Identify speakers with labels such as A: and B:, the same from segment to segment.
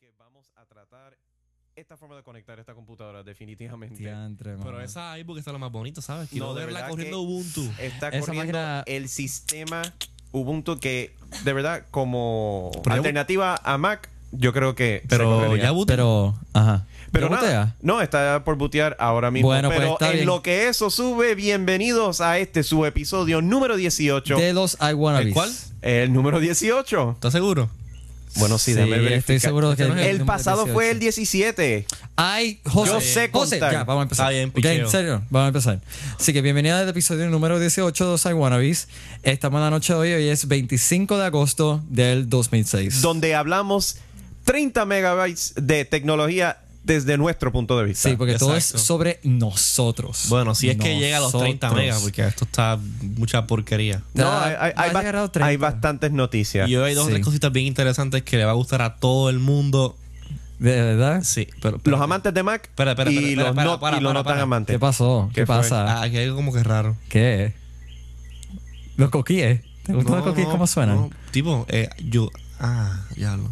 A: que vamos a tratar esta forma de conectar esta computadora, definitivamente.
B: Diantre, mano.
C: Pero esa iBook está lo más bonito, ¿sabes? Quiero
A: No, de
C: verla
A: verdad
C: corriendo
A: que-
C: Ubuntu.
A: Está
B: Esa
A: corriendo
B: máquina-
A: el sistema Ubuntu que, de verdad, como
C: Pero ya-
A: alternativa a Mac, yo creo que. se
C: Pero
A: correría.
C: ya boot-
B: Pero, ajá.
A: Pero
B: ¿Ya botea?
A: nada, no, está por bootear ahora mismo.
B: Bueno, pues,
A: pero
B: está
A: en
B: bien.
A: lo que eso sube, bienvenidos a este su episodio número 18.
B: De los I wanna
C: ¿El
B: be's.
C: cuál?
A: El número 18.
C: ¿Estás seguro?
A: Bueno, sí, déjame verificar.
B: estoy seguro de que
C: El
A: El
B: número
A: pasado fue
B: 18.
A: el 17.
B: Ay, José.
A: Yo sé
B: José,
A: contar.
B: ya, vamos a empezar.
C: Está bien,
B: Ok,
C: picheo.
B: en serio, vamos a empezar. Así que bienvenida al episodio número 18 de Sai Wannabes. Estamos en la noche de hoy, hoy es 25 de agosto del 2006.
A: donde hablamos 30 megabytes de tecnología desde nuestro punto de vista.
B: Sí, porque todo es
C: Exacto.
B: sobre nosotros.
C: Bueno, si es que llega a los 30
B: Nosotros.
C: megas, pues. porque esto está mucha porquería.
A: No,
B: Ya,
A: hay, hay-
B: va a
A: hay bas-
B: llegar a los 30.
A: hay bastantes noticias.
C: Y hoy hay dos o
B: Sí.
C: tres cositas bien interesantes que le va a gustar a todo el mundo.
B: ¿De verdad?
C: Sí, pero.
A: los amantes de Mac
C: Espera, espera,
A: y
C: espera,
A: los
C: espera,
A: no,
C: para,
A: y los
C: para,
A: no tan
C: para.
A: amantes.
B: ¿Qué pasó? ¿Qué,
A: ¿Qué fue?
B: pasa?
C: Ah, aquí hay algo como que raro.
B: ¿Qué? Los coquíes. ¿Te gustan los coquíes cómo suenan?
C: no, tipo, eh, yo. Ah, ya lo.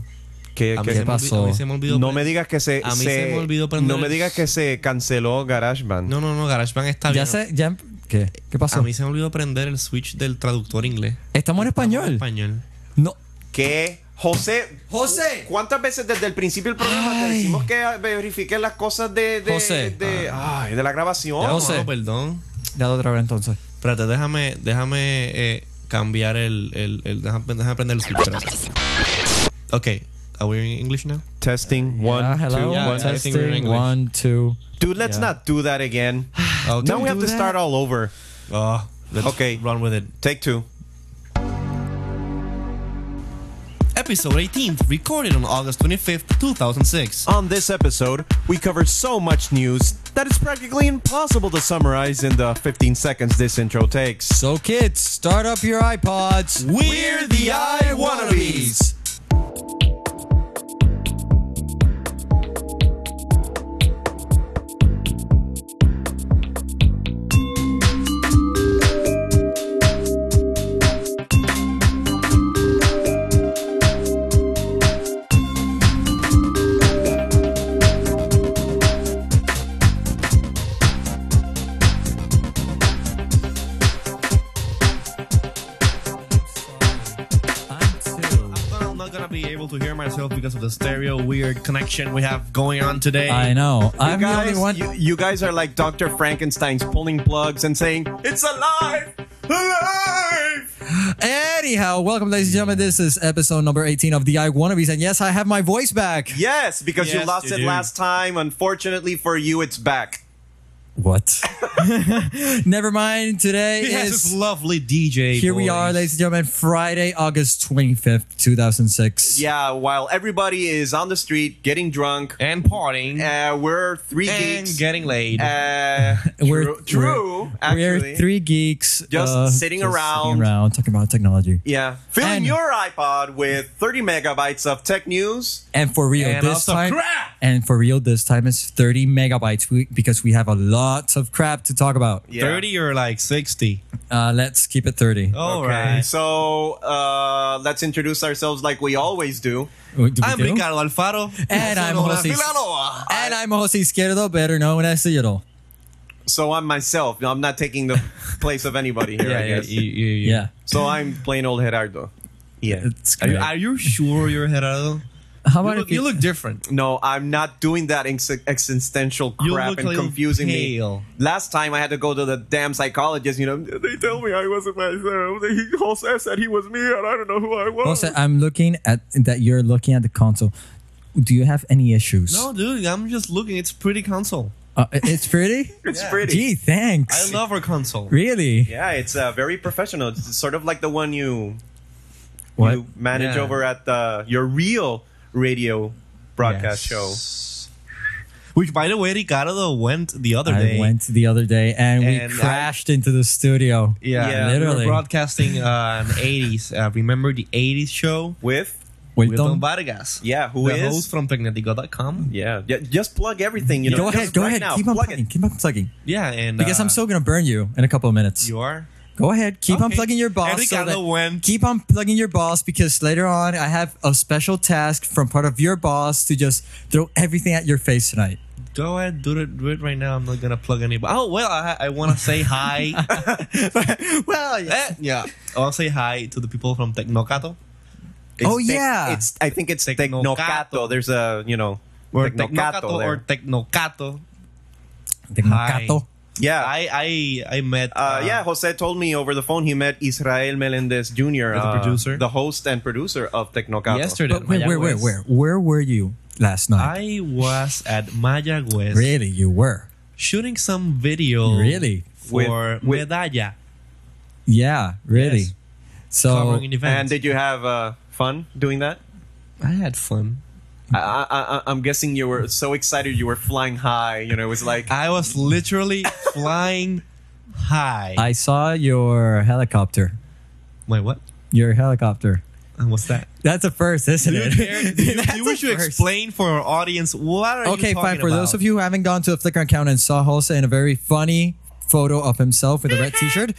A: Que-
C: A mí
A: que-
C: se
B: ¿Qué
C: me olvi-
B: pasó?
C: a mí se me olvidó
A: no
C: pre-
A: me digas que se,
C: A mí se me olvidó prender
A: no me
C: el-
A: digas que se canceló GarageBand.
C: No, no, no, GarageBand está
B: Ya
C: bien.
B: sé, ya. ¿Qué? ¿Qué
C: A
B: pasó?
C: mí se me olvidó prender el switch del traductor inglés.
B: ¿Estamos en
C: En
B: español?
C: español.
B: No.
A: Que José,
B: José.
A: ¿cuántas veces desde el principio del programa te
B: Ay.
A: decimos que verifiques las cosas de de,
B: José.
A: de- ay, de la grabación?
C: Ah. Ya,
B: José.
C: mano, perdón.
B: Ya otra vez entonces.
C: Espérate, déjame, déjame eh, cambiar el. el, el déjame, déjame prender el switch. espérate. Ok. Are we in English now?
A: Testing one
B: Yeah, hello.
A: two
C: Yeah,
A: one.
C: yeah. I think we're in
B: Testing.
C: English.
B: One, two.
A: Dude, let's not do that again.
C: Oh,
A: Now we have
B: do
A: to
B: that.
A: start all over.
C: Oh, let's
A: Okay.
C: run with it.
A: Take two.
C: Episode 18th, recorded on August 25th, 2006.
A: On this episode, we cover so much news that it's practically impossible to summarize in the 15 seconds this intro takes.
B: So kids, start up your iPods.
C: We're the I Wannabes. Well, I'm not gonna be able to hear myself because of the stereo weird connection we have going on today.
B: I know. I'm
A: you
B: the
A: guys,
B: only one.
A: You, you guys are like Dr. Frankenstein's pulling plugs and saying, It's alive! Alive!
B: Anyhow, welcome, ladies and gentlemen. This is episode number 18 of the I Wannabes, and yes, I have my voice back.
A: Yes, because you
C: Yes,
A: lost
C: you
A: it
C: do.
A: last time. Unfortunately for you, it's back.
B: What? Never mind. Today
C: He has
B: is
C: this lovely DJ.
B: here we
C: voice.
B: are, ladies and gentlemen. Friday, August 25th, 2006.
A: Yeah, while everybody is on the street getting drunk,
C: And partying.
A: uh, we're three
C: and
A: geeks.
C: getting laid.
A: uh,
B: We're,
A: true, true,
B: we're-
A: actually.
B: we're three geeks
A: Just
B: uh,
A: sitting around.
B: around talking about technology.
A: Yeah. Filling
B: And-
A: your iPod with 30 megabytes of tech news.
B: And for real
C: And
B: this
C: also
B: time,
C: crap.
B: and for real this time is 30 megabytes we, because we have a lot of crap to talk about.
A: Yeah.
C: 30 or like 60.
B: Uh, let's keep it 30.
C: All
A: Okay.
C: right.
A: So uh, let's introduce ourselves like we always do.
B: Oh, Do we
C: I'm
B: do?
C: Ricardo Alfaro.
B: And I'm
C: Hola,
B: Jose.
C: Vilanoa.
B: And I'm Jose Izquierdo, better known as Theodore.
A: So I'm myself. I'm not taking the place of anybody here, I
C: Yeah, yeah,
A: guess.
C: you- you- you-
B: Yeah.
A: So I'm plain old Gerardo. Yeah.
B: It's
C: Are you,
B: great.
C: are you sure you're Gerardo?
B: How
C: You
B: about
C: look,
B: if you,
C: you look different.
A: No, I'm not doing that ex- existential
C: You
A: crap
C: look
A: and
C: like
A: confusing
C: pale.
A: me. Last time I had to go to the damn psychologist. You know, they tell me I wasn't myself. He, Jose said he was me, and I don't know who I was.
B: Jose, I'm looking at that you're looking at the console. Do you have any issues?
C: No, dude, I'm just looking. It's pretty console.
B: Uh, it's pretty?
A: it's
C: Yeah.
A: pretty.
B: Gee,
C: I
B: thanks.
C: love our console.
B: really?
A: Yeah, it's uh, very professional. It's sort of like the one you
B: What?
A: you manage
C: Yeah.
A: over at the your real radio broadcast show.
C: Which, by the way, Ricardo went the other
B: I
C: day.
B: went the other day and,
C: And
B: we
C: I-
B: crashed into the studio.
C: Yeah,
A: Yeah.
C: We
B: Literally.
C: were broadcasting uh, an 80s. Uh, remember the 80s show
A: With
B: With
C: with
B: Don Mm.
C: Don Vargas?
A: yeah, who
C: the
A: is
C: host from Tecnetico.com.
A: yeah, yeah, just plug everything. You know,
B: go
A: just
B: ahead, go
A: right
B: ahead.
A: now,
B: keep on
A: plug
B: plugging,
A: it.
B: keep on plugging.
C: Yeah, and
B: Because
C: uh,
B: I'm so gonna burn you in a couple of minutes.
C: You are.
B: Go ahead, keep
C: Okay.
B: unplugging your boss.
C: Eric
B: so that-
C: Allen.
B: Keep unplugging your boss because later on I have a special task from part of your boss to just throw everything at your face tonight.
C: Go ahead, do it, do it right now. I'm not gonna plug anybody. Oh well, I, I want to say hi.
B: well, yeah.
C: Eh, yeah, I'll say hi to the people from Tecnocato.
A: It's
B: Oh,
A: Tec-
B: yeah.
A: It's I think it's
C: Tecnocato.
A: Tecnocato. There's a you know
C: Or
A: Tecnocato
C: Tecnocato
A: there.
C: or Tecnocato. Hi.
B: Tecnocato.
A: yeah.
C: I Ah. I I met.
A: uh, yeah, Jose told me over the phone he met Israel Melendez Jr.,
C: The
A: uh,
C: producer.
A: the host and producer of Tecnocato.
C: yesterday.
B: But wait, where,
C: Mayagüez.
B: where, where, where were you last night?
C: I was at Mayagüez
B: really, you were.
C: shooting some video.
B: Really?
C: For
A: With- with-
C: Medalla.
B: Yeah, really.
C: Yes.
B: So
C: covering an event.
A: And did you have uh, fun doing that?
C: I had fun.
A: I, I, I, I'm guessing you were so excited you were flying high. You know, it was like
C: I was literally flying high.
B: I saw your helicopter.
C: Wait, what?
B: Your helicopter.
C: And what's that?
B: That's a first, isn't
C: Dude, Eric,
B: it?
C: do you,
B: That's
C: you
B: a
C: wish to
B: first.
C: explain for our audience what are
B: Okay,
C: you
B: fine.
C: talking
B: For
C: about?
B: those of you who haven't gone to a Flickr account and saw Jose in a very funny photo of himself with a red T-shirt,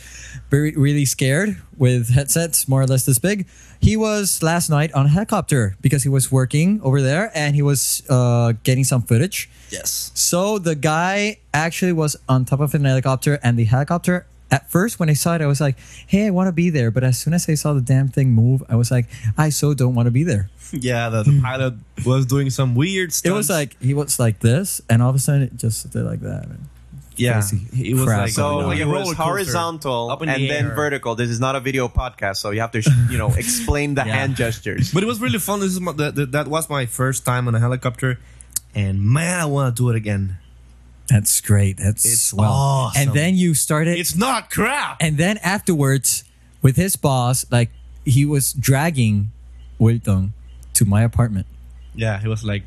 B: very really scared with headsets more or less this big, he was last night on a helicopter because he was working over there and he was uh, getting some footage.
C: yes,
B: So the guy actually was on top of an helicopter, and the helicopter. At first, when I saw it, I was like, "Hey, I want to be there." But as soon as I saw the damn thing move, I was like, "I so don't want to be there."
C: yeah, the, the pilot was doing some
B: Hmm.
C: weird
B: It
C: stuff.
B: was like he was like this, and all of a sudden, it just did like that.
C: yeah,
B: crazy
C: it was
B: crap.
C: like
A: So
B: Oh, no.
A: it
C: a roller
A: was
C: coaster.
A: horizontal
C: up in
A: and
C: the
A: then
C: air.
A: vertical. This is not a video podcast, so you have to, sh- you know, explain the
B: Yeah.
A: hand gestures.
C: But it was really fun. This is my, that, that, that was my first time on a helicopter, and man, I want to do it again.
B: That's great. That's
C: It's
B: swell.
C: awesome.
B: And then you started,
C: It's not crap.
B: and then afterwards, with his boss, like he was dragging Wilton to my apartment.
C: Yeah, he was like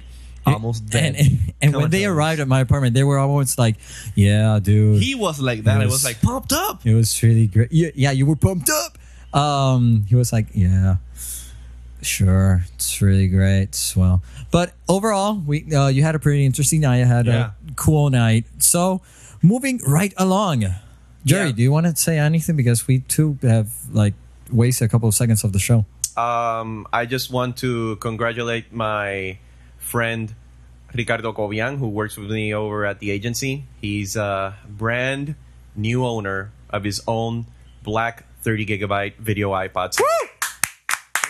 C: almost
B: And,
C: dead.
B: and, and when they
C: Comatose.
B: arrived at my apartment, they were almost like, "Yeah, dude."
C: he was like that. It
B: Yes.
C: was like pumped up.
B: It was really great. Yeah, yeah, you were pumped up. Um, he was like, yeah, sure, it's really great, swell. But overall, we uh, you had a pretty interesting night. I had
C: Yeah.
B: a cool night. So moving right along, Jerry,
C: Yeah.
B: do you want to say anything because we too have like wasted a couple of seconds of the show.
A: Um, I just want to congratulate my friend Ricardo Cobian, who works with me over at the agency. He's a brand new owner of his own black 30 gigabyte video iPod. So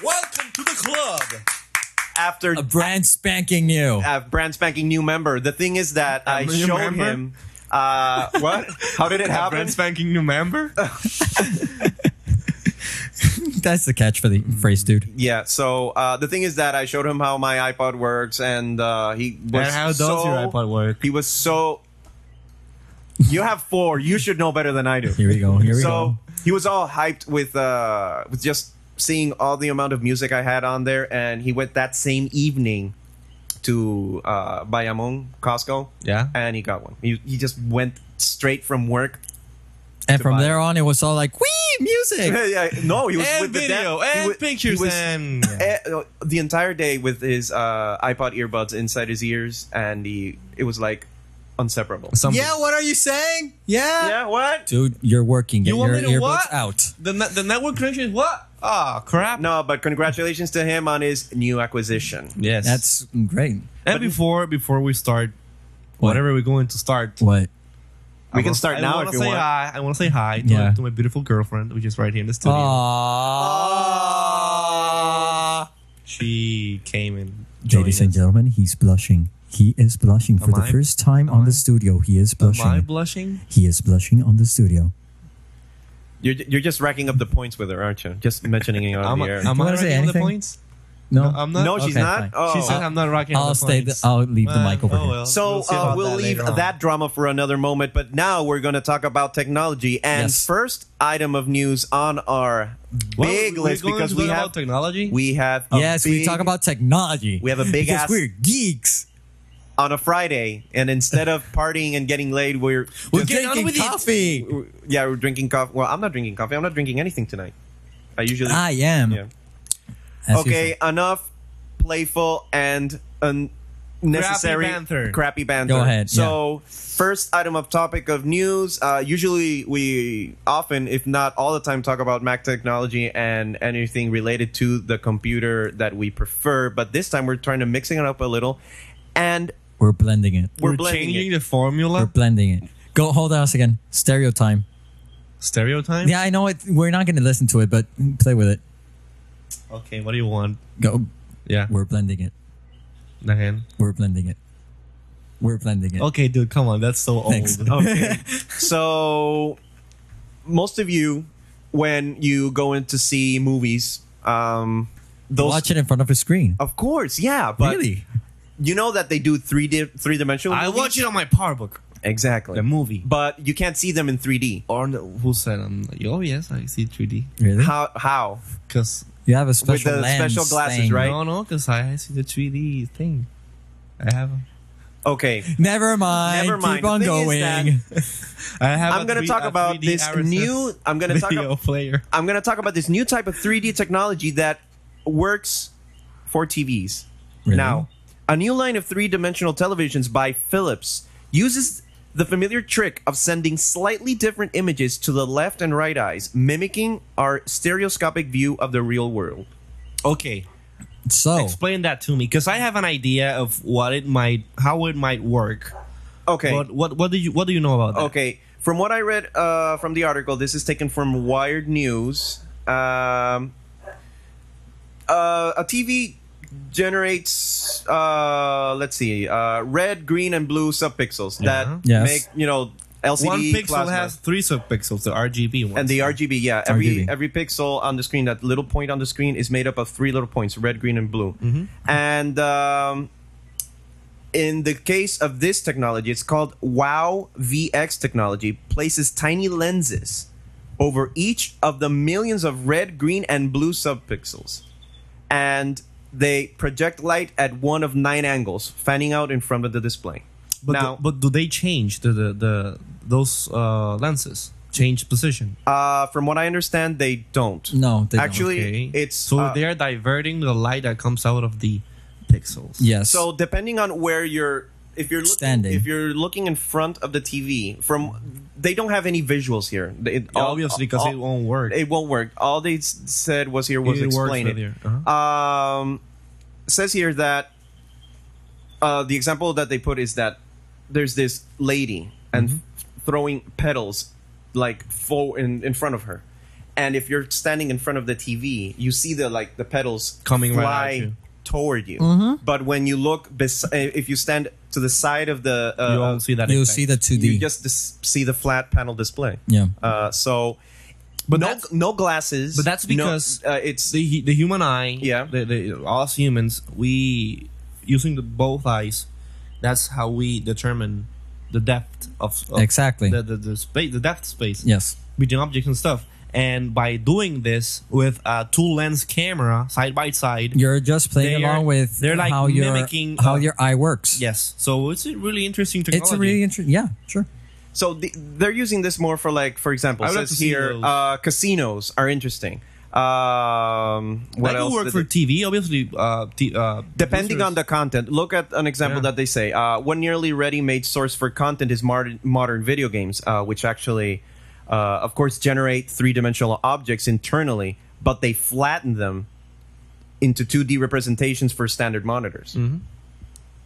C: Welcome to the club.
A: after
B: A brand spanking new.
A: a brand spanking new member, the thing is that I
C: new
A: showed
C: member?
A: him. Uh, what? How did it happen? Um,
C: Brand spanking new member.
B: That's the catch for the
C: Mm-hmm.
B: phrase, dude.
A: Yeah. So uh, the thing is that I showed him how my iPod works, and uh, he was
C: And how does
A: so,
C: your iPod work?
A: He was so. You have four. You should know better than I do.
B: Here we go. Here we
A: so
B: go.
A: he was all hyped with uh, with just seeing all the amount of music I had on there, and he went that same evening to uh, Bayamon Costco.
C: Yeah.
A: And he got one. He he just went straight from work.
B: And from
A: Goodbye.
B: there on, it was all like, wee, music.
A: yeah. No, he was
C: and
A: with the da-
C: video
A: he
C: and
A: wa- he
C: pictures
A: was-
C: and
A: Eh, uh, the entire day with his uh, iPod earbuds inside his ears, and he it was like unseparable.
C: something.
B: Yeah, what are you saying?
A: Yeah, what?
B: Dude, you're working. Get
C: You want
B: your
C: me
B: earbuds
C: to what?
B: out.
C: The, ne- the network connection is what? Ah, crap.
A: No, but congratulations to him on his new acquisition.
C: Yes.
B: That's great.
C: and before before we start, whatever we're going to start,
B: What?
A: We
C: I
A: can
C: wanna-
A: start
C: Uh-huh. I
A: now
C: wanna
A: if you
C: say uh,
A: want.
C: Hi. I want to say hi to,
B: Yeah.
C: to my beautiful girlfriend, which is right here in the studio.
B: Oh.
C: She came and joined
B: Ladies and
C: us.
B: gentlemen, he's blushing. He is blushing for
C: Am
B: the
C: I-
B: first time on
C: I?
B: the studio. He is
C: Am I
B: blushing.
C: blushing?
B: He is blushing on the studio.
A: You're, you're just racking up the points with her, aren't you? Just mentioning it on
C: Am,
A: the
C: I-
A: air.
C: am
B: You
C: I
B: wanna say
C: racking up the
B: anything?
C: points?
B: No,
C: I'm not.
A: no, she's
B: Okay,
A: not.
B: fine.
A: Oh.
C: She said I'm not rocking
B: I'll stay. The, I'll leave the mic over
C: oh
B: here.
A: so uh, we'll leave that drama for another moment, but now we're going to talk about technology. And
B: Yes.
A: first item of news on our big list because we have
C: technology.
A: we have a
B: Oh. yes, we
A: big-
B: talk about technology.
A: We have a big
B: because
A: ass-
B: we're geeks.
A: on a Friday, and instead of partying and getting laid, we're
B: We're
C: getting on
B: drinking
C: with it.
B: coffee.
A: we're- yeah, we're drinking coffee. Well, I'm not drinking coffee. I'm not drinking anything tonight. I usually
B: I am.
A: yeah.
B: as
A: Okay,
B: usual.
A: enough playful and un- necessary
C: banter.
A: crappy banter.
B: Go ahead,
A: So first item of topic of news. Uh, usually we often, if not all the time, talk about Mac technology and anything related to the computer that we prefer. But this time we're trying to mixing it up a little, and
B: We're blending it.
A: we're,
C: We're,
A: blending
C: changing
A: it.
C: the formula.
B: We're blending it. Go hold on a second. Stereo time.
C: Stereotype.
B: Yeah, I know it. We're not going to listen to it, but play with it.
C: Okay. What do you want?
B: Go.
C: Yeah.
B: We're blending it.
C: Nahen.
B: We're blending it. We're blending it.
C: Okay, dude. Come on. That's so old.
B: Thanks.
A: Okay. so most of you, when you go in to see movies, um, those.
B: Watch it in front of a screen.
A: of course, yeah, but
B: really?
A: you know that they do three di- three dimensional.
C: I watch it on my power book.
A: exactly
C: The movie.
A: but you can't see them in 3D.
C: Or the, who said? I'm like, oh yes, I see 3D.
B: Really?
A: How? How?
C: Cause
B: you have a special
A: the
B: lens
A: special glasses,
B: thing.
A: right?
C: no, no, cause I, I see the 3D thing. I have.
A: Okay,
B: Never mind.
A: Never mind.
B: Keep on
A: The thing is
B: going.
A: that-
C: I have.
A: I'm
C: a
A: gonna
C: three-
A: talk
C: a
A: about
C: 3D
A: this
C: RSS
A: new. I'm gonna talk.
C: video
A: About,
C: player.
A: I'm gonna talk about this new type of 3D technology that works for TVs.
B: Really?
A: Now, a new line of three-dimensional televisions by Philips uses the familiar trick of sending slightly different images to the left and right eyes, mimicking our stereoscopic view of the real world.
C: Okay,
B: so,
C: Oh. explain that to me, cause I have an idea of what it might, how it might work.
A: Okay.
C: But what what do you what do you know about that?
A: Okay, from what I read uh, from the article, this is taken from Wired News. Um, uh, a TV generates, uh, let's see, uh, red, green, and blue subpixels that
B: Yeah. Yes.
A: make you know LCD
C: One pixel
A: plasma.
C: has three subpixels, the RGB ones.
A: and the RGB, yeah, every
B: RGB.
A: every pixel on the screen, that little point on the screen is made up of three little points: red, green, and blue. And um, in the case of this technology, it's called WOW VX technology. Places tiny lenses over each of the millions of red, green, and blue subpixels, and they project light at one of nine angles, fanning out in front of the display.
C: but
A: now,
C: do, but do they change the the, the those uh, lenses? Change position.
A: uh, from what I understand, they don't.
B: no. They don't.
A: Actually, it's
C: so
A: uh,
C: they are diverting the light that comes out of the pixels.
B: Yes.
A: So depending on where you're, if you're looking,
B: Standing.
A: if you're looking in front of the TV, from they don't have any visuals here. It- all-
C: Obviously, because
A: all-
C: it won't work.
A: It won't work. All they s- said was here was
C: It works
A: explain
C: with
A: it.
C: your- uh-huh.
A: Um, says here that uh, the example that they put is that there's this lady and
C: Mm-hmm.
A: throwing petals like full in, in front of her. And if you're standing in front of the TV, you see the like the petals
C: Coming
A: fly
C: right at you.
A: toward you. But when you look, bes- uh, if you stand to the side of the, uh,
C: you won't see that.
B: you'll
C: effect.
B: see the 2D.
A: you just dis- see the flat panel display.
B: Yeah.
A: Uh, so, but no,
C: that's-
A: no glasses.
C: but that's
A: no-
C: because
A: uh, it's
C: the the human eye.
A: Yeah.
C: the, the, us humans, we using the both eyes. That's how we determine the depth of, of
B: Exactly.
C: the the, the space, the depth space
B: yes.
C: between objects and stuff. And by doing this with a two lens camera side by side,
B: You're just playing
C: They are-
B: along with
C: they're, like,
B: how your
C: mimicking,
B: how
C: uh,
B: your eye works.
C: yes. So it's a really interesting technology.
B: It's a really interesting. Yeah, sure.
A: So the, they're using this more for like, for example,
C: I would
A: says
C: like to see
A: here
C: those.
A: uh, casinos are interesting. Um, what
C: that
A: else?
C: could work
A: did
C: for
A: they-
C: TV, obviously. Uh, t- uh,
A: Depending on the
C: users-
A: content, look at an example
C: Yeah.
A: that they say. Uh, one nearly ready-made source for content is modern, modern video games, uh, which actually, uh, of course, generate three-dimensional objects internally, but they flatten them into 2D representations for standard monitors.
C: Hmm.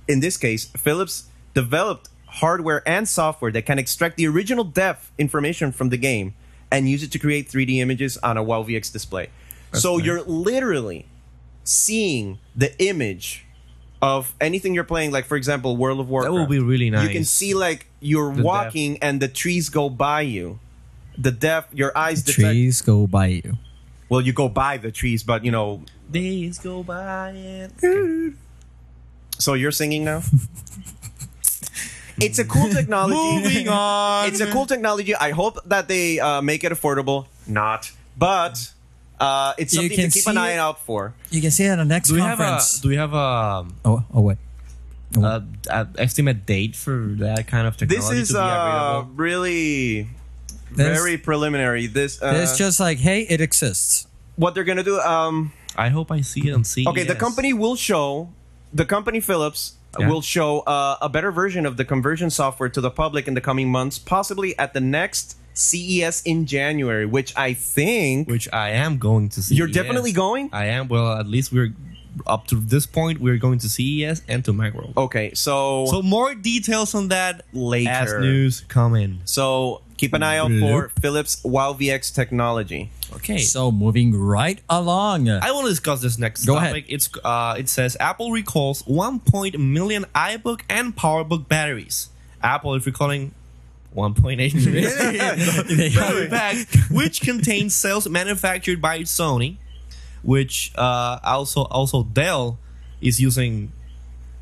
A: In this case, Philips developed hardware and software that can extract the original depth information from the game and use it to create 3D images on a WoW VX display. so
C: nice.
A: you're literally seeing the image of anything you're playing, like for example, World of Warcraft.
C: would be really
A: You can
C: nice.
A: see like you're
C: depth.
A: walking and the trees go by you. The depth, your eyes detect.
B: Trees go by you.
A: Well, you go by the trees, but you know.
C: days go by. And-
A: So you're singing now. it's a cool technology.
C: Moving on.
A: It's a cool technology. I hope that they uh, make it affordable. Not, but uh, it's
B: You
A: something
B: can
A: to keep an
B: see
A: eye
B: it.
A: out for.
B: You can see it at the next
C: do we have a?
B: conference.
C: Do we have a?
B: oh, oh wait. Oh,
C: uh, uh, estimate date for that kind of technology
A: This is
C: to be
A: uh,
C: available?
A: really
B: There's-
A: very preliminary. This uh,
B: it's just like, hey, it exists.
A: what they're gonna do. Um,
C: I hope I see it on E CES.
A: okay, the company will show the company Philips
C: Yeah.
A: will show uh, a better version of the conversion software to the public in the coming months, possibly at the next CES in January, which I think
C: which I am going to see.
A: You're definitely going?
C: I am. Well, at least we're up to this point. We're going to CES and to Macworld.
A: Okay, so
C: So more details on that
A: Later.
C: as news come in.
A: so keep an eye out for Philips WowVX technology.
C: Okay.
B: So moving right along.
C: I want to discuss this next
B: Go ahead.
C: topic. It's uh, it says Apple recalls 1.0 million iBook and PowerBook batteries. Apple is recalling 1.8 million
B: They
C: battery
B: are-
C: packs, which contains cells manufactured by Sony, which uh, also also Dell is using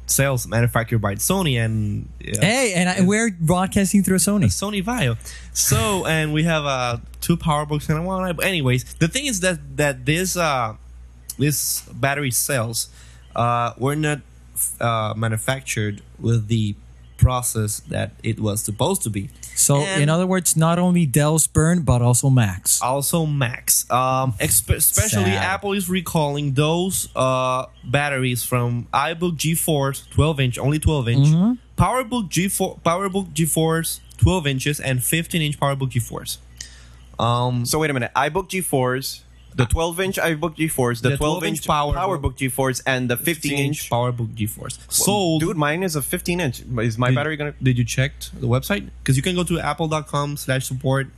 C: cells manufactured by Sony and uh,
B: hey, and I, we're broadcasting through Sony.
C: Sony Vaio. So, and we have uh, two power books and one. iP- Anyways, the thing is that that this uh, this battery cells uh, were not uh, manufactured with the process that it was supposed to be.
B: So, in
C: And-
B: other words, not only Dell's burn, but also Max.
C: also max um exp- especially
B: Sad.
C: apple is recalling those uh batteries from ibook g4 12 inch only 12 inch powerbook g4 powerbook g4s 12 inches and 15 inch powerbook g4s um
A: So wait a minute, iBook G4s, the 12-inch iBook G4s, the
C: The 12-inch
A: 12-inch
C: Power-
A: PowerBook G4s, and the 15-inch.
C: powerbook g4s sold
A: Dude, mine is a 15-inch. Is my
C: did,
A: battery gonna?
C: did you check the website because you can go to apple.com slash support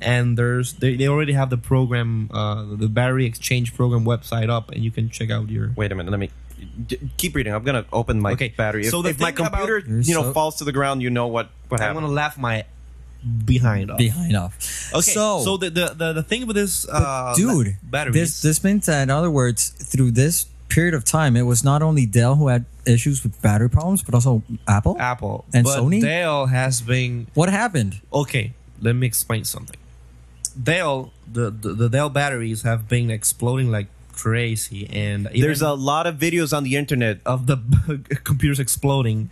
C: and there's they, they already have the program uh the battery exchange program website up and you can check out your
A: Wait a minute, let me. d- Keep reading. I'm gonna open my
C: Okay,
A: battery. If,
C: so the
A: if my
C: thing about-
A: computer,
B: You're
A: you know,
B: so-
A: falls to the ground, you know what what
C: I'm
A: happened.
C: gonna laugh my behind off.
B: Behind off.
C: Okay, so,
B: So,
C: the, the the the thing with this uh,
B: dude,
C: batteries.
B: this this means that, in other words, through this period of time, it was not only Dell who had issues with battery problems, but also Apple.
C: Apple
B: and
C: but
B: Sony?
C: Dell has been
B: What happened?
C: okay. Let me explain something. Dell the, the the Dell batteries have been exploding like crazy, and even
A: There's a lot of videos on the internet.
C: of the computers exploding.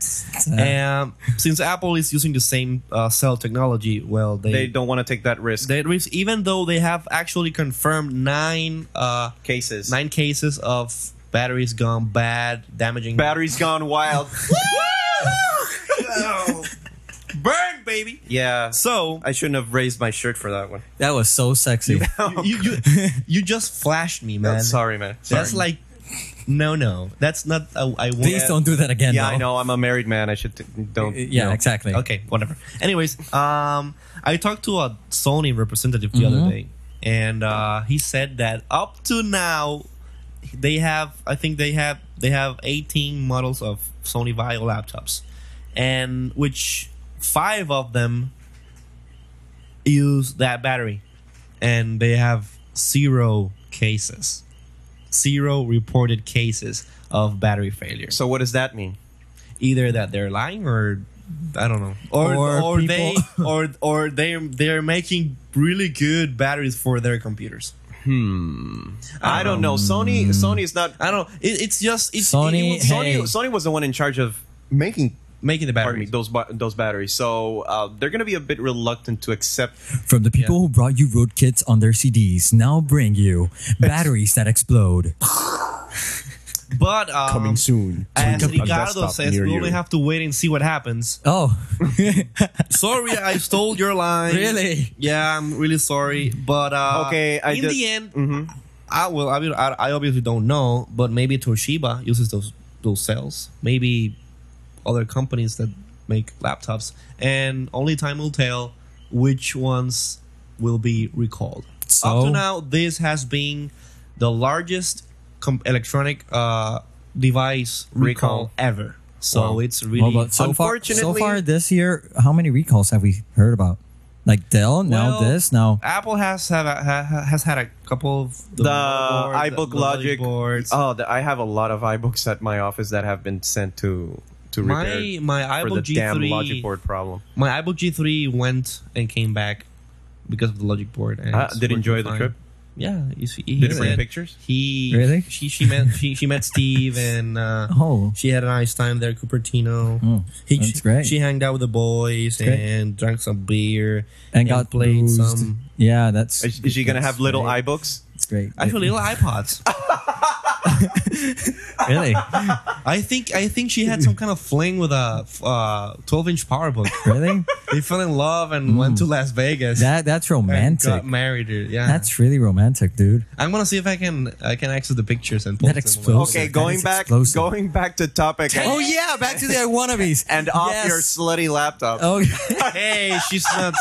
C: And since Apple is using the same uh, cell technology, well,
A: They don't want to take that risk.
C: they even though they have actually confirmed nine uh,
A: Cases.
C: nine cases of batteries gone bad, damaging
A: Battery's gone wild.
C: Burn, baby.
A: yeah.
C: So
A: I shouldn't have raised my shirt for that one.
B: That was so sexy.
A: Oh,
C: you, you you just flashed me, man.
A: I'm sorry, man. Sorry.
C: That's like no, no. That's not. I, I won't.
B: Please don't do that again.
A: yeah,
B: though.
A: I know. I'm a married man. I should t- don't.
B: Yeah,
A: no.
B: exactly.
C: Okay, whatever. Anyways, um, I talked to a Sony representative the other day, and uh, he said that up to now, they have. I think they have. They have 18 models of Sony Vaio laptops, and which five of them use that battery, and they have zero cases, zero reported cases of battery failure
A: So what does that mean?
C: either that they're lying or I don't know, or or,
B: Or
C: they
B: people-
C: or or they they're making really good batteries for their computers.
A: I don't know. Sony. Sony is not.
C: I don't. know. It, it's just it's
B: Sony-
C: it- it's
A: Sony.
B: Hey.
A: Sony was the one in charge of making.
C: making the
A: Pardon me,
C: batteries.
A: those ba- those batteries. So uh, they're going to be a bit reluctant to accept.
B: From the people who brought you road kits on their CDs, now bring you batteries that explode.
C: But um,
A: soon.
C: As
A: to a
C: Ricardo
A: desktop
C: says,
A: near
C: we
A: you.
C: only have to wait and see what happens.
B: Oh,
C: Sorry, I stole your line.
B: Really?
C: Yeah, I'm really sorry. But uh,
A: Okay, I
C: in
A: just- Mm-hmm.
C: the end, I will. I, mean, I I obviously don't know, but maybe Toshiba uses those those cells. Maybe other companies that make laptops, and only time will tell which ones will be recalled. Up
B: So?
C: to now, this has been the largest com- electronic uh, device recall,
A: Recall.
C: ever. So
A: Wow.
C: it's really
B: well, but so far, so
A: Unfortunately-
B: far this year, how many recalls have we heard about? Like Dell, now
C: Well,
B: this, now
C: Apple has had a, ha, ha- has had a couple of
A: the
C: motherboard-
A: iBook
C: the
A: Logic.
C: boards.
A: Oh, the, I have a lot of iBooks at my office that have been sent to to repair
C: my my
A: for
C: iBook
A: the damn Logic
C: G3
A: board problem.
C: my iBook G3 went and came back because of the Logic board. And
A: Ah,
C: it's
A: did he enjoy
C: working
A: the
C: fine.
A: trip?
C: Yeah, he, he
A: Did he bring
C: said
A: pictures?
C: He
B: Really?
C: She she met she, she met Steve and uh,
B: Oh.
C: she had a nice time there, Cupertino.
B: Oh,
C: he,
B: that's
C: she,
B: great.
C: She hanged out with the boys
B: great.
C: and drank some beer
B: and got
C: played
B: bruised.
C: some.
B: Yeah, that's
A: Is, is she going to
B: that's
A: have little
B: great.
A: iBooks?
B: It's great.
C: Actually, little iPods.
B: really?
C: I think I think she had some kind of fling with a uh, 12 inch power book.
B: Really?
C: they fell in love and went to Las Vegas.
B: That that's
C: and
B: romantic.
C: got married. dude. Yeah,
B: That's really romantic, dude.
C: I'm gonna see if I can I can access the pictures and post
B: That
C: them. when-
B: explodes.
A: Okay,
B: That
A: going
B: is
A: back,
B: explosive.
A: going back to topic,
B: Oh
A: and,
B: yeah, back to the wannabes
A: and off
B: Yes.
A: your slutty laptop.
B: Oh,
C: Hey, she's not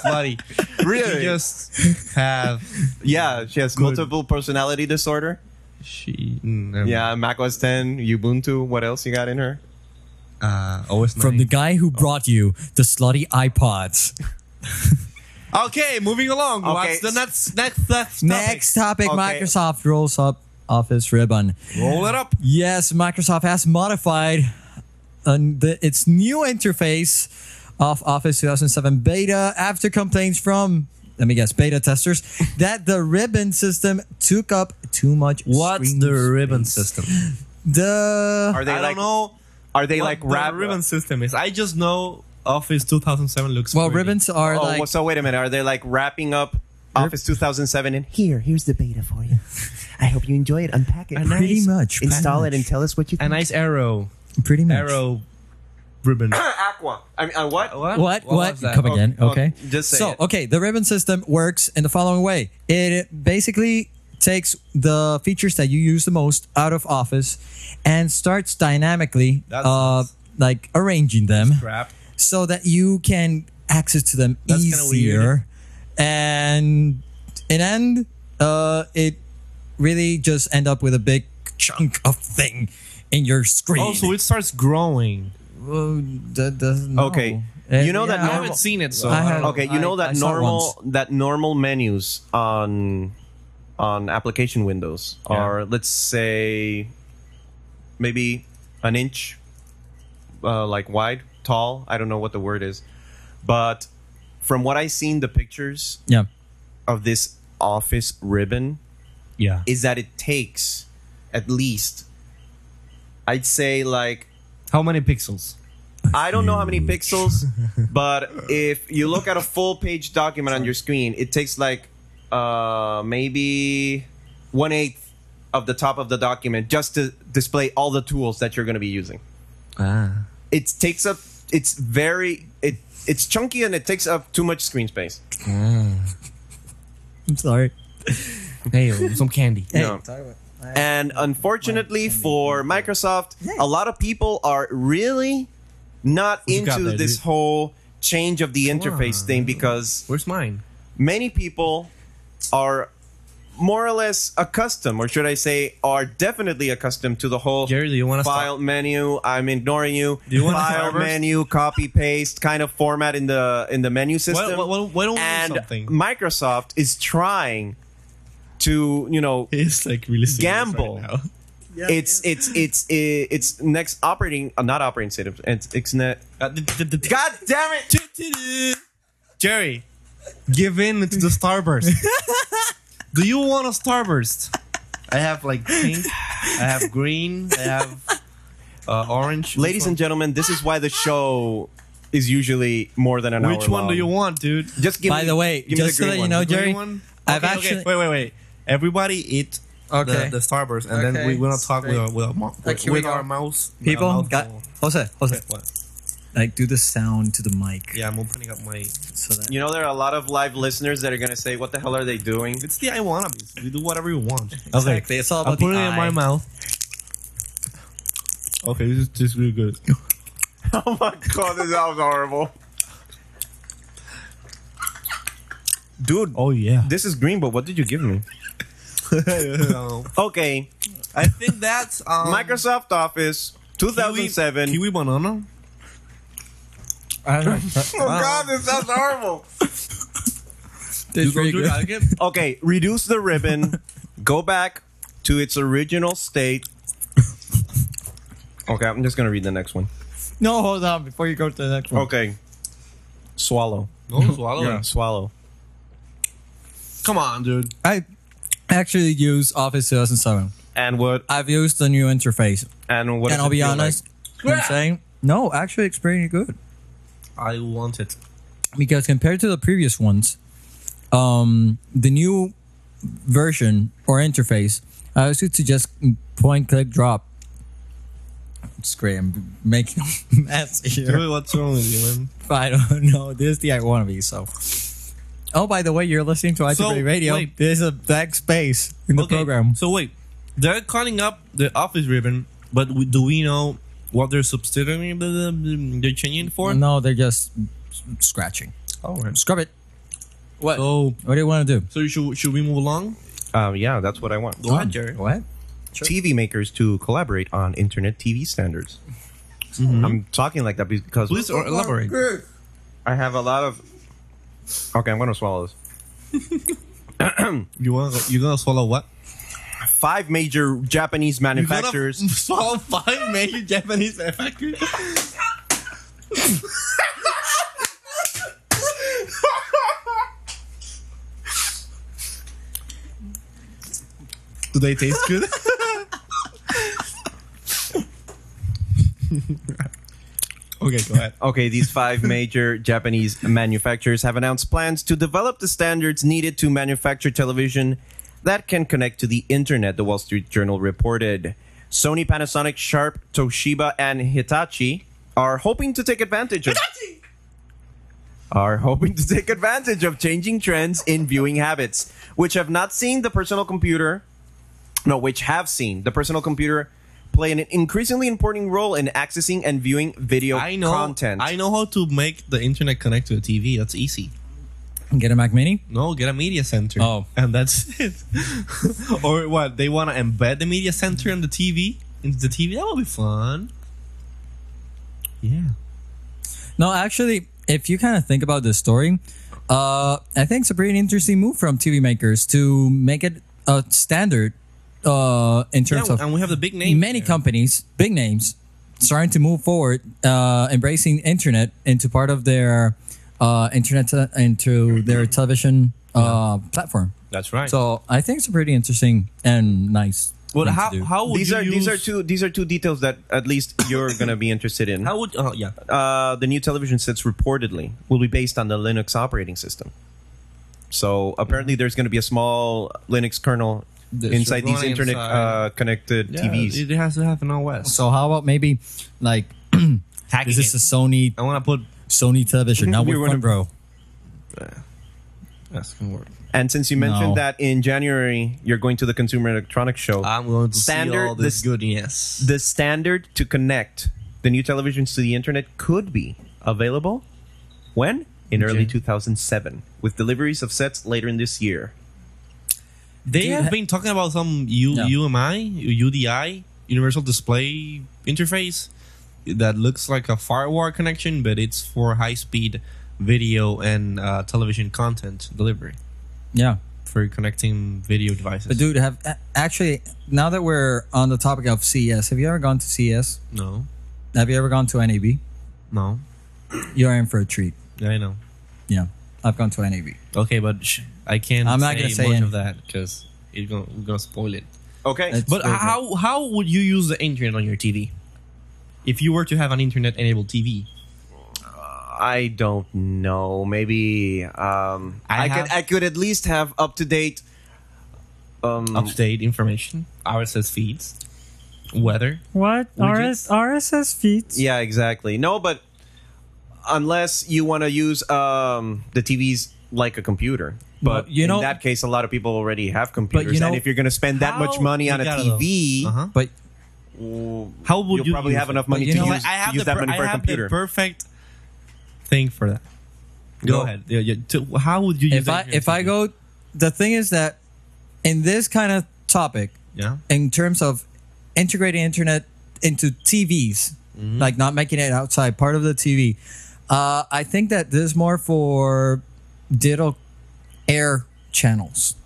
C: slutty.
A: Really?
C: She just have
A: yeah, she has multiple personality disorder.
C: she. mm, never
A: Yeah, macOS 10, Ubuntu. What else you got in her?
C: mind. Uh, OS
B: from the
C: nine.
B: guy who brought you the slutty iPods.
C: okay, moving along.
A: Okay.
C: What's the next next next?
B: Next topic:
A: Okay.
B: Microsoft rolls up Office ribbon.
C: Roll it up.
B: Yes, Microsoft has modified uh, the, its new interface of Office 2007 beta after complaints from, let me guess, beta testers that the ribbon system took up too much.
C: What's
B: screen
C: the ribbon
B: space.
C: system?
B: The
A: Are they
C: I
A: like?
C: don't know.
A: Are they
C: what
A: like
C: the
A: wrap?
C: ribbon system is. I just know Office 2007 looks.
B: well,
C: pretty.
B: ribbons are
A: Oh,
B: like
A: well, so wait a minute. Are they like wrapping up Office 2007 in
D: Here, here's the beta for you. I hope you enjoy it. Unpack it.
C: A nice-
B: pretty much pretty
D: Install
B: much,
D: it and tell us what you
C: A
D: think.
C: nice arrow,
B: pretty much.
C: arrow, ribbon.
A: Aqua? I mean, uh, what?
B: What? What?
C: was that? Oh,
B: Come
C: Okay.
B: again.
A: okay,
B: Okay.
A: just say
B: so,
A: it.
B: okay, the ribbon system works in the following way. It basically takes the features that you use the most out of Office and starts dynamically
C: That's
B: uh,
C: nuts.
B: like arranging them
C: Crap.
B: so that you can access to them
C: That's kinda weird.
B: easier. And in end, uh, it really just end up with a big chunk of thing in your screen.
C: Oh, so it starts growing.
B: Well, that doesn't
A: Okay. You know that
B: yeah, I-
C: I
A: normal-
C: haven't seen it, so
B: I
C: I don't
B: have-
C: know.
A: Okay, you know
B: I-
A: that
B: I saw it
A: normal
B: once.
A: that normal menus on on application windows are let's say maybe an inch uh, like wide, tall. I don't know what the word is, but from what I seen the pictures
B: Yeah.
A: of this office ribbon
C: Yeah.
A: is that it takes at least I'd say like
C: How many pixels?
A: I don't know how
C: Mm.
A: many pixels, but if you look at a full page document on your screen, it takes like uh, maybe one eighth of the top of the document just to display all the tools that you're going to be using.
C: Ah.
A: It takes up. It's very. It it's chunky and it takes up too much screen space.
B: I'm sorry.
C: Hey, oh, some candy.
A: No. And unfortunately for Microsoft, a lot of people are really not
C: you got
A: into
C: there,
A: this
C: dude?
A: whole change of the interface
C: on.
A: thing because
C: Where's mine?
A: many people are more or less accustomed, or should I say, are definitely accustomed to the whole
C: Jerry, do you want to
A: file
C: stop?
A: menu. I'm ignoring you.
C: Do you wanna
A: file
C: start first?
A: menu, copy paste kind of format in the in the menu
C: Why,
A: system.
C: why, why- why don't we
A: and
C: do something?
A: Microsoft is trying to, you know,
C: it's like really serious
A: Gamble.
C: right now.
A: it's, it's it's it's it's next operating, uh, not operating system. It's it's net.
C: Uh, the- the- the-
A: God damn it!
C: Jerry, give in to the starburst. do you want a starburst? I have like pink. I have green. I have uh, orange.
A: Ladies and gentlemen, this is why the show is usually more than an hour.
C: gentlemen, which one do
A: long.
C: you want, dude?
A: Just give
B: By
A: me,
B: the way,
A: give me
B: just
A: the
B: so
A: green one.
B: that you know,
C: Green
B: Oh, Jerry,
C: one?
B: I've
C: Okay,
B: actually-
C: okay. wait, wait, wait. Everybody eat
B: Okay.
C: the, the Starburst, and then
B: Okay,
C: we will talk with
B: straight.
C: our with our, mouth,
B: Like,
C: with,
B: here we
C: our
B: go.
C: mouse. with our
B: people
C: mouth
B: got
C: full.
B: Jose, Jose,
C: What?
B: like do the sound to the mic.
C: Yeah, I'm opening up my.
B: So that
A: You know, there are a lot of live listeners that are going to say, "What the hell are they doing?"
C: It's the I wannabes. We do whatever you want.
B: exactly. It's all
C: I'm
B: about the
C: putting it in my
B: eye.
C: mouth. Okay, this is this is really good.
A: oh my god, this sounds horrible, dude.
C: Oh yeah.
A: This is green, but what did you give me? Okay,
C: I think that's um,
A: Microsoft Office, 2007.
C: Kiwi, Oh, kiwi banana.
B: I don't know.
A: Oh god, this sounds horrible.
B: It's
C: You
B: really
C: go
B: good.
C: drink it?
A: Okay, reduce the ribbon, go back to its original state. Okay, I'm just gonna read the next one.
B: No, hold on before you go to the next one.
A: Okay, swallow.
C: No, swallow
A: Yeah,
C: it.
A: swallow.
C: Come on, dude.
B: I actually use Office 2007.
A: And what?
B: I've used the new interface,
A: And what?
B: and
A: does
B: I'll
A: it
B: be
A: feel
B: honest, I'm saying no. Actually, it's pretty good
C: I want it.
B: because compared to the previous ones, um, the new version or interface I was going to just point click drop. Scram, making a mess here.
C: Dude, what's wrong with you, man?
B: I don't know. This is the I want to be so. Oh, by the way, you're listening to IEEE
C: So,
B: Radio.
C: wait.
B: There's a black space in the
C: Okay,
B: program.
C: So wait, they're cutting up the office ribbon, but we, do we know what they're substituting? They're changing it for?
B: No, they're just s- scratching.
C: Oh, right.
B: Scrub it. What?
C: So,
B: What do you want to do?
C: so you should should we move along?
A: Um, yeah, that's what I want.
C: Go ahead, Jerry.
B: What?
A: TV makers to collaborate on internet TV standards. I'm talking like that because
C: Mm-hmm. Please or elaborate.
A: I have a lot of. Okay, I'm gonna swallow this.
C: You want you gonna swallow what?
A: Five major Japanese
C: You gonna
A: manufacturers.
C: swallow five major Japanese manufacturers. Do they taste good? okay, go ahead.
A: Okay, these five major Japanese manufacturers have announced plans to develop the standards needed to manufacture television that can connect to the internet, the Wall Street Journal reported. Sony, Panasonic, Sharp, Toshiba, and Hitachi are hoping to take advantage of are hoping to take advantage of changing trends in viewing habits, which have not seen the personal computer no, which have seen the personal computer play an increasingly important role in accessing and viewing video
C: I know
A: content.
C: I know how to make the internet connect to a TV. That's easy.
B: Get a Mac Mini?
C: No, get a media center.
B: Oh.
C: And that's it. or what? They want to embed the media center on the TV? Into the TV? That would be fun. Yeah.
B: No, actually, if you kind of think about this story, uh, I think it's a pretty interesting move from TV makers to make it a standard uh, in terms
C: yeah
B: of
C: and we have the big name.
B: many companies, big names, starting to move forward, uh, embracing internet into part of their uh, internet into their television uh, platform.
C: That's right. So,
B: So I think it's a pretty interesting and nice. thing
C: but
B: to
C: how,
B: do.
C: how would
A: these
C: you
A: are
C: use,
A: these are two these are two details that at least you're gonna be interested in.
C: How would? Oh, yeah.
A: uh, the new television sets reportedly will be based on the Linux operating system. So apparently, there's going to be a small Linux kernel
C: That's
A: inside
C: right.
A: these internet
C: Inside.
A: uh, connected TVs.
C: It has to happen on West.
B: So how about maybe like
C: Hacking
B: is this
C: it.
B: a Sony
C: I want to put.
B: Sony television? Now
A: We
B: we're
A: wanna-
B: front row.
C: That's gonna work.
A: and since you mentioned
B: No.
A: that in January you're going to the Consumer Electronics Show,
C: I'm going to
A: Standard-
C: see all this
A: this-
C: goodness.
A: the standard to connect the new televisions to the internet could be available when in early
C: Okay.
A: 2007, with deliveries of sets later in this year.
C: They
B: Dude,
C: have
B: ha-
C: been talking about some U-
B: Yeah.
C: UMI, UDI, Universal Display Interface, that looks like a firewire connection, but it's for high speed video and uh, television content delivery
B: Yeah.
C: for connecting video devices.
B: But dude, have a- actually now that we're on the topic of CES, have you ever gone to CES?
C: no,
B: Have you ever gone to NAB?
C: no,
B: You're in for a treat.
C: Yeah, I know.
B: Yeah, I've gone to NAB.
C: Okay, but sh- I can't.
B: I'm not
C: say
B: gonna say
C: much
B: any-
C: of that because it's gonna, we're gonna spoil it.
A: Okay,
B: It's
C: But
B: very
C: how how would you use the internet on your TV? If you were to have an internet enabled TV,
A: I don't know. Maybe um,
C: I
A: I,
C: have-
A: could I could at least have up to date. Um,
C: up to date information, RSS feeds, weather.
E: What?
C: Widgets?
E: RS, RSS feeds?
A: yeah, exactly. No, but unless you want to use um, the TVs like a computer. But
B: Well, you
A: in
B: know-
A: that case, a lot of people already have computers,
B: know-
A: and if you're going to spend that much
C: How-
A: money
C: You
A: on a
C: gotta know.
A: TV,
C: Uh-huh.
B: But
A: w-
C: How would
A: you'll
C: you
A: probably
C: use
A: have
C: it?
A: enough
C: But
A: money
B: you
A: to
B: know
A: use,
B: what?
C: I have
A: to use
C: the
A: that
C: per-
A: money
C: I
A: for a
C: have
A: computer.
C: the perfect thing for that. Go,
A: Go.
C: ahead. Yeah, yeah. To- how would you use
B: if
C: the
B: I
C: internet
B: if I
C: TV?
B: go, the thing is that in this kind of topic,
C: yeah,
B: in terms of integrating internet into TVs, like not making it outside part of the TV, uh, I think that this is more for digital air channels.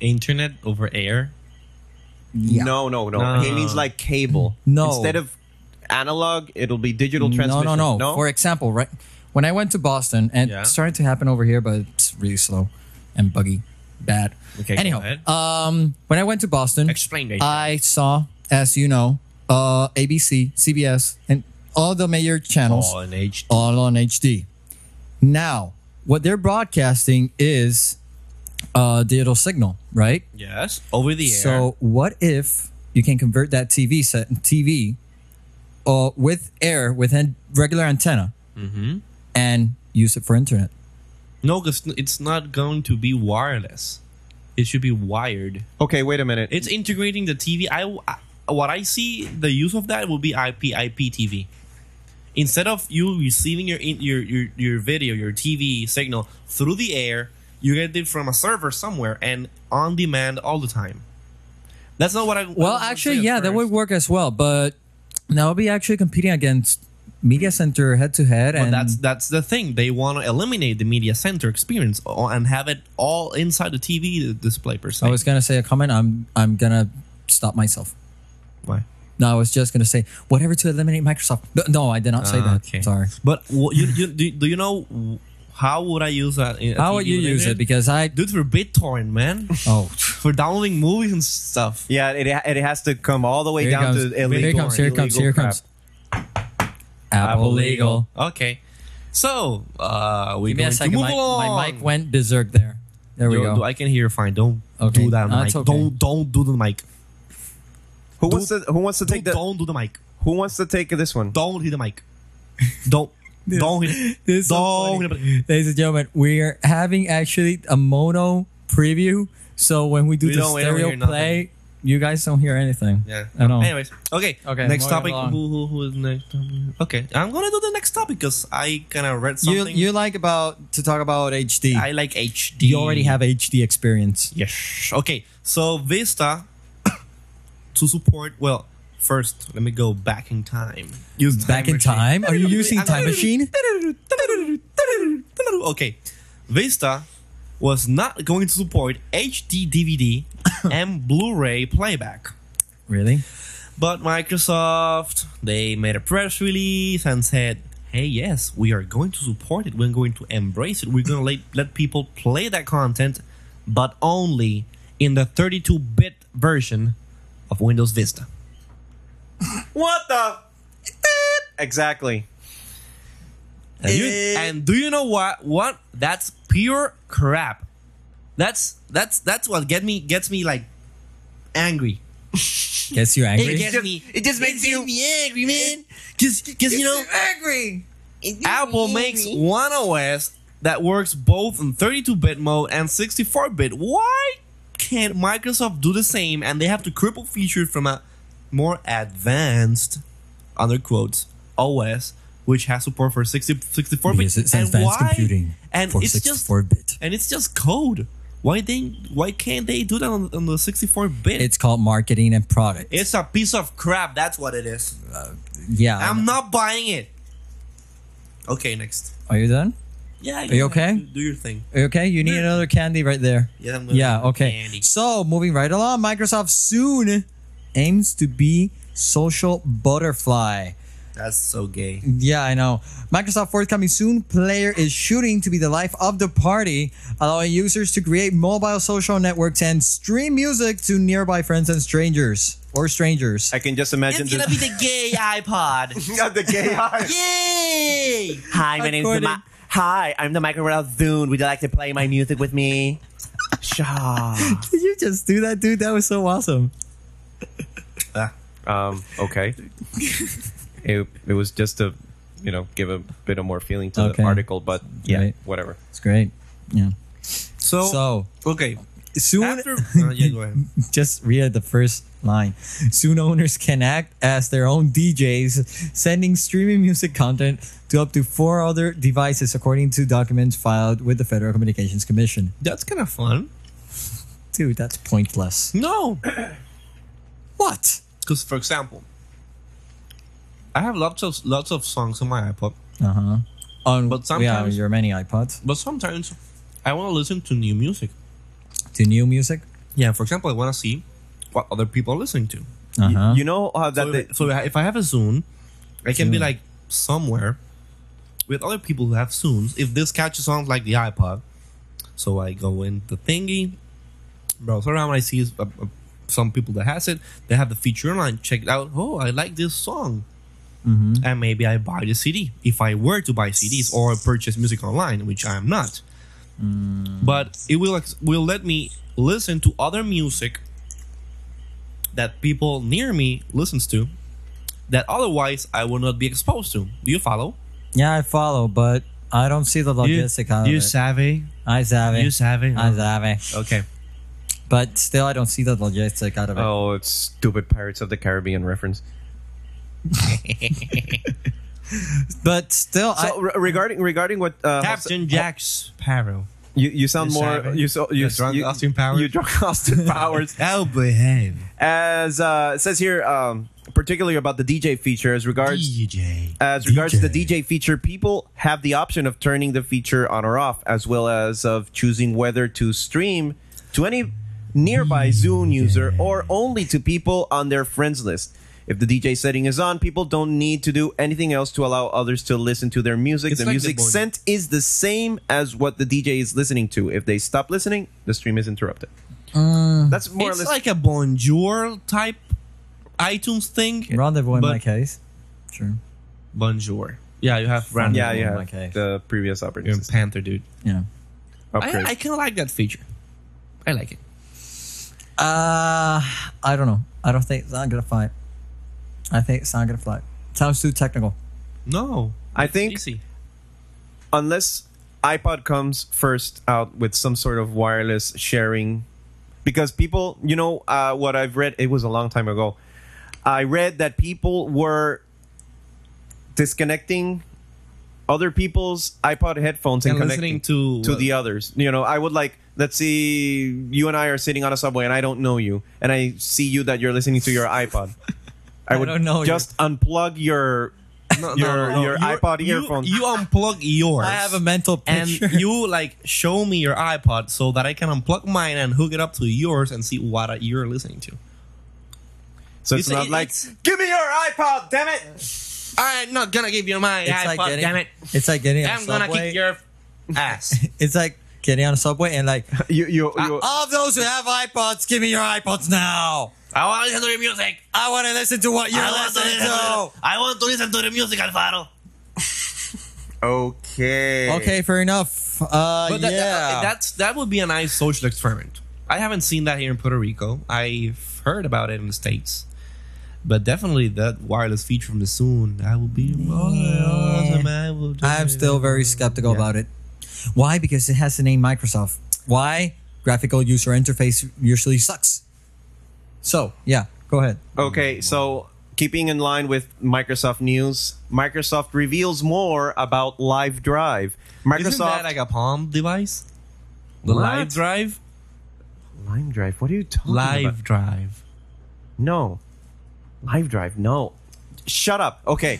C: internet over air.
B: Yeah.
A: No, no, no.
C: No.
A: He means like cable.
B: No.
A: instead of analog, it'll be digital transmission.
B: No, no, no.
A: no?
B: For example, right when I went to Boston, and
C: Yeah.
B: it started to happen over here, but it's really slow and buggy, bad.
C: Okay, go
B: Anyhow,
C: ahead.
B: um, when I went to Boston,
C: Explain that.
B: I saw, as you know, uh, ABC, CBS, and all the major channels
C: Oh, an H.
B: all on HD. Now, what they're broadcasting is uh, digital signal, right?
C: Yes, over the air.
B: So what if you can convert that TV set TV uh, with air with an regular antenna
C: Mm-hmm.
B: and use it for internet?
C: no, 'cause it's not going to be wireless. It should be wired.
A: Okay, wait a minute.
C: It's integrating the TV. I, I- what I see the use of that will be IP IPTV. Instead of you receiving your in- your your your video, your TV signal through the air, you get it from a server somewhere and on demand all the time. That's not what I.
B: Well, actually, yeah, that would work as well, but that would be actually competing against media center head to head,
C: But
B: and
C: that's that's the thing. They want to eliminate the media center experience o- and have it all inside the TV display per se.
B: I was gonna say a comment. I'm I'm gonna stop myself.
C: Why?
B: No, I was just gonna say whatever to eliminate Microsoft. No, no, I did not say that.
C: Okay.
B: Sorry.
C: But wh- you, you do, do you know w- how would I use that? in a
B: How would
C: TV
B: you use
C: related?
B: it? Because I
C: Dude, for BitTorrent, man.
B: oh
C: for downloading movies and stuff.
A: yeah, it, it has to come all the way
B: here it
A: down
B: comes.
A: to
B: Here
A: illegal.
B: it comes. Here it comes.
A: illegal
B: Here it
A: crap.
B: comes. Apple legal.
C: Okay. So, uh, we're
B: Give me
C: going
B: a
C: to
B: second.
C: move
B: My,
C: along.
B: my mic went berserk there. There we
C: Yo,
B: go.
C: dude, I can hear fine. Don't
B: Okay.
C: do that on the
B: No,
C: mic.
B: it's okay.
C: Don't, don't do the mic.
A: Who wants to? Who wants to
C: Dude,
A: take the?
C: don't do the mic.
A: Who wants to take this one?
C: Don't hit the mic. Don't. don't hit
B: This is so
C: Don't
B: funny.
C: hit the
B: Ladies and gentlemen, we are having actually a mono preview. So when we do
C: We
B: the
C: don't- we don't
B: stereo
C: hear nothing.
B: play, you guys don't hear anything.
C: Yeah.
B: I know.
C: Anyways, okay.
B: Okay,
C: Next
B: moving
C: topic.
B: along.
C: Who, who, who is next? Okay, I'm gonna do the next topic because I kind of read
B: You
C: something.
B: you like about to talk about HD?
C: I like HD.
B: you already have HD experience.
C: Yes. Okay. So Vista to support. Well, first let me go back in time. Use time
B: Back in
C: machine.
B: time? Are you using time machine?
C: Okay. Vista was not going to support HD DVD and Blu-ray playback.
B: Really?
C: But Microsoft, they made a press release and said, hey, yes, we are going to support it. We're going to embrace it. We're going to let, let people play that content, but only in the 32 bit version of Windows Vista.
A: What the? Exactly.
C: And, you- and do you know what? What? That's pure crap. That's that's that's what get me gets me like angry.
B: Guess you're angry.
C: It gets me. It just makes you angry, man. Just because you know
B: angry.
C: Apple makes one OS that works both in 32-bit mode and 64-bit. Why can't Microsoft do the same and they have to cripple features from a more advanced under quotes OS which has support for 60, 64 bit
B: Because it's advanced computing
C: and
B: for
C: it's just
B: 64 bit.
C: and it's just code. Why they why can't they do that on, on the 64 bit?
B: It's called marketing and product.
C: it's a piece of crap, that's what it is.
B: yeah.
C: I'm not buying it. Okay, next.
B: Are you done?
C: Yeah,
B: Are you okay?
C: Do your thing.
B: Okay, you need another candy right there.
C: Mm. Yeah, I'm gonna
B: Yeah,
C: have
B: okay.
C: candy.
B: So, moving right along, Microsoft soon aims to be social butterfly.
C: That's so gay.
B: Yeah, I know. Microsoft forthcoming soon player is shooting to be the life of the party, allowing users to create mobile social networks and stream music to nearby friends and strangers or strangers.
A: I can just imagine
C: It's gonna be
A: this.
C: the gay iPod.
A: Yeah, the gay eye.
C: Yay!
D: Hi, my name's the
B: According-
D: Ma- Hi, I'm the Micro Zune. Would you like to play my music with me? Shaw.
B: Did you just do that, dude? That was so awesome.
A: Um, okay. it, it was just to, you know, give a bit of more feeling to the
B: Okay.
A: article, but yeah,
B: Right.
A: whatever.
B: It's great. Yeah.
C: So,
B: So
C: okay.
B: soon,
C: After uh, yeah, go ahead.
B: just read the first line. Soon owners can act as their own DJs, sending streaming music content to up to four other devices, according to documents filed with the Federal Communications Commission.
C: That's kind of fun.
B: Dude, that's pointless.
C: No,
B: What?
C: because for example, I have lots of lots of songs on my iPod,
B: Uh huh. On
C: But
B: yeah,
C: sometimes-
B: your many iPods
C: but sometimes I want to listen to new music.
B: to new music.
C: Yeah, for example, I want to see what other people are listening to.
B: Uh
C: Uh-huh.
B: huh.
A: You know uh, that
C: So,
A: they, Mm.
C: if, so if I have a Zune, I can be
B: Zune.
C: like somewhere with other people who have Zunes. If this catches on like the iPod, so I go in the thingy, browse around. I see uh, uh, some people that has it. They have the feature online. Check it out. Oh, I like this song.
A: Mm-hmm.
C: And maybe I buy the CD if I were to buy CDs or purchase music online, which I am not.
A: Mm.
C: But it will ex- will let me listen to other music that people near me listens to that otherwise I will not be exposed to. Do you follow?
B: Yeah, I follow, but I don't see the logistic out of it.
C: savvy?
B: I savvy.
C: savvy? Oh,
B: I savvy.
C: Okay.
B: But still, I don't see the logistic out of it.
A: Oh, it's stupid Pirates of the Caribbean reference.
B: But still,
A: So re- regarding regarding what uh,
C: Captain Jack Sparrow.
A: you, you sound
C: You're
A: more
C: savvy.
A: you so you
C: You're drunk
A: you,
C: Austin Powers.
A: You drunk Austin Powers.
C: I'll behave.
A: as uh, it says here, um, particularly about the DJ feature, as regards
C: DJ.
A: As regards to the DJ feature, people have the option of turning the feature on or off, as well as of choosing whether to stream to any nearby Zune user or only to people on their friends list. If the DJ setting is on, people don't need to do anything else to allow others to listen to their music.
C: It's
A: the
C: like
A: music
C: Bitcoin.
A: sent is the same as what the DJ is listening to. If they stop listening, the stream is interrupted.
C: Uh,
A: That's more
C: it's
A: or less.
C: like a bonjour type iTunes thing.
B: rendezvous in
C: but-
B: my case. Sure.
C: Bonjour. Yeah, you have random.
A: yeah,
B: Oh
A: yeah.
B: my case.
A: The previous operating
C: You're a
A: system.
C: panther, dude.
B: Yeah.
C: I,
A: Upgrade.
C: I kind of like that feature. I like it.
B: Uh, I don't know. I don't think it's not gonna fly. I think it's not gonna fly. Sounds too technical.
C: No,
A: I think
C: easy.
A: unless iPod comes first out with some sort of wireless sharing, because people, you know, uh, what I've read, it was a long time ago. I read that people were disconnecting other people's iPod headphones and,
C: And
A: connecting
C: listening to
A: to the others. You know, I would like, let's see, you and I are sitting on a subway and I don't know you, and I see you that you're listening to your iPod. I
B: I
A: would
B: don't know you.
A: just unplug your
C: No, no,
A: your
C: no,
A: your
C: you-
A: iPod
C: you-
A: earphones.
C: You unplug yours.
B: I have a mental
C: and
B: picture.
C: you like show me your iPod so that I can unplug mine and hook it up to yours and see what uh, you're listening to.
A: So it's,
C: It's-
A: not like,
C: it's-
A: give me your iPod, damn it.
C: I'm not gonna give you my
B: it's
C: iPod.
B: like getting.
C: damn it!
B: It's like getting. on a
C: I'm gonna
B: subway.
C: kick your ass.
B: It's like getting on a subway and like
A: You, you, you,
B: all of those who have iPods, give me your iPods now.
C: I want to listen to your music.
B: I want to listen to what you're
C: I want to
B: listening
C: listen
B: to.
C: to. I want to listen to the music, Alfaro.
A: okay.
B: Okay, fair enough. Uh,
C: But
B: yeah.
C: that, that- that's that would be a nice social experiment. I haven't seen that here in Puerto Rico. I've heard about it in the states, but definitely that wireless feature from the soon. I will be. awesome, I will do
B: I'm
C: it.
B: still very skeptical
C: Yeah.
B: about it. Why? Because it has the name Microsoft. Why? Graphical user interface usually sucks. So, yeah, go ahead.
A: Okay, so keeping in line with Microsoft news, Microsoft reveals more about Live Drive. Microsoft
C: Isn't that like a Palm device? The
A: What?
C: Live Drive.
A: Live Drive. What are you talking about?
C: Live Drive.
A: No. Live Drive. No. Shut up. Okay.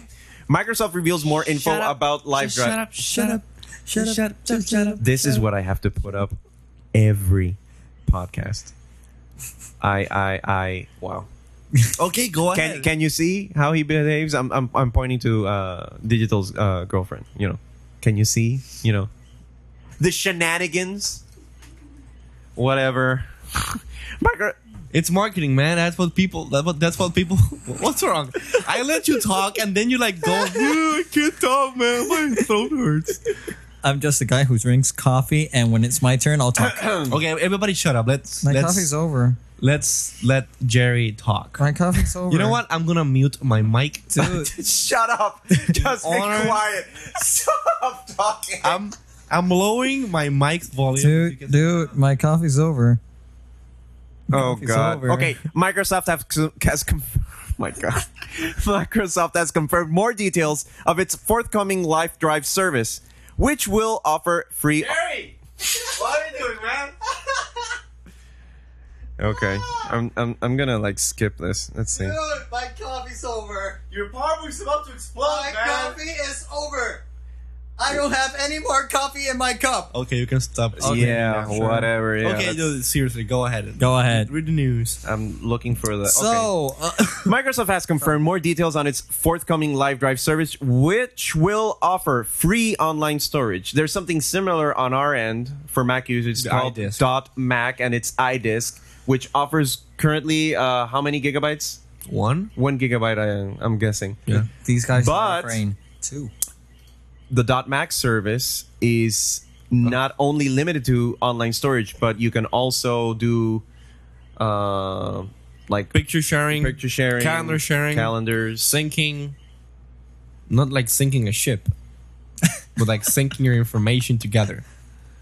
A: Microsoft reveals more info
C: up.
A: about Live Drive.
C: Shut up! Shut up!
B: Shut up.
C: Shut up! Shut up!
A: This is what I have to put up every podcast. I I I wow.
C: Okay, go
A: Can
C: ahead.
A: can you see how he behaves? I'm I'm, I'm pointing to uh, Digital's uh, girlfriend. You know, can you see? You know, the shenanigans. Whatever. Micro-
C: It's marketing, man. That's what people. That's what, that's what people. What's wrong? I let you talk, and then you like go. I can't talk, man. My throat hurts.
B: I'm just a guy who drinks coffee, and when it's my turn, I'll talk.
C: Okay, everybody, shut up. Let's
B: my
C: let's
B: coffee's over.
C: let's let Jerry talk.
B: My coffee's over.
C: You know what? I'm gonna mute my mic.
B: Dude,
A: Shut up. Just be
C: Honor-
A: quiet. Stop talking.
C: I'm I'm lowering my mic volume.
B: dude,
C: because-
B: dude, my coffee's over.
A: Oh
B: It's
A: God!
B: over.
A: Okay, Microsoft have, has confirmed. My God, Microsoft has confirmed more details of its forthcoming Live Drive service, which will offer free.
C: Jerry, what are you doing, man?
A: Okay, I'm I'm, I'm gonna like skip this. Let's see.
E: my coffee's over.
C: Your power's about to explode,
E: My coffee is over. I don't have any more coffee in my cup.
C: Okay, you can stop.
A: yeah,
C: sure.
A: whatever. Yeah, that's-
C: okay, dude, seriously, go ahead.
B: Go ahead.
C: Read the news.
A: I'm looking for the. okay.
B: So, uh,
A: Microsoft has confirmed more details on its forthcoming Live Drive service, which will offer free online storage. There's something similar on our end for Mac users. It's
C: The
A: called
C: iDisk.
A: dot .Mac, and it's iDisk, which offers currently uh, how many gigabytes?
C: One.
A: One gigabyte, I, I'm guessing.
C: Yeah.
B: these guys
A: But-
B: are brain too.
A: The dot .Mac service is not only limited to online storage, but you can also do uh, like
C: Picture sharing,
A: picture sharing,
C: calendar sharing,
A: calendars.
C: syncing. Not like syncing a ship, but like syncing your information together.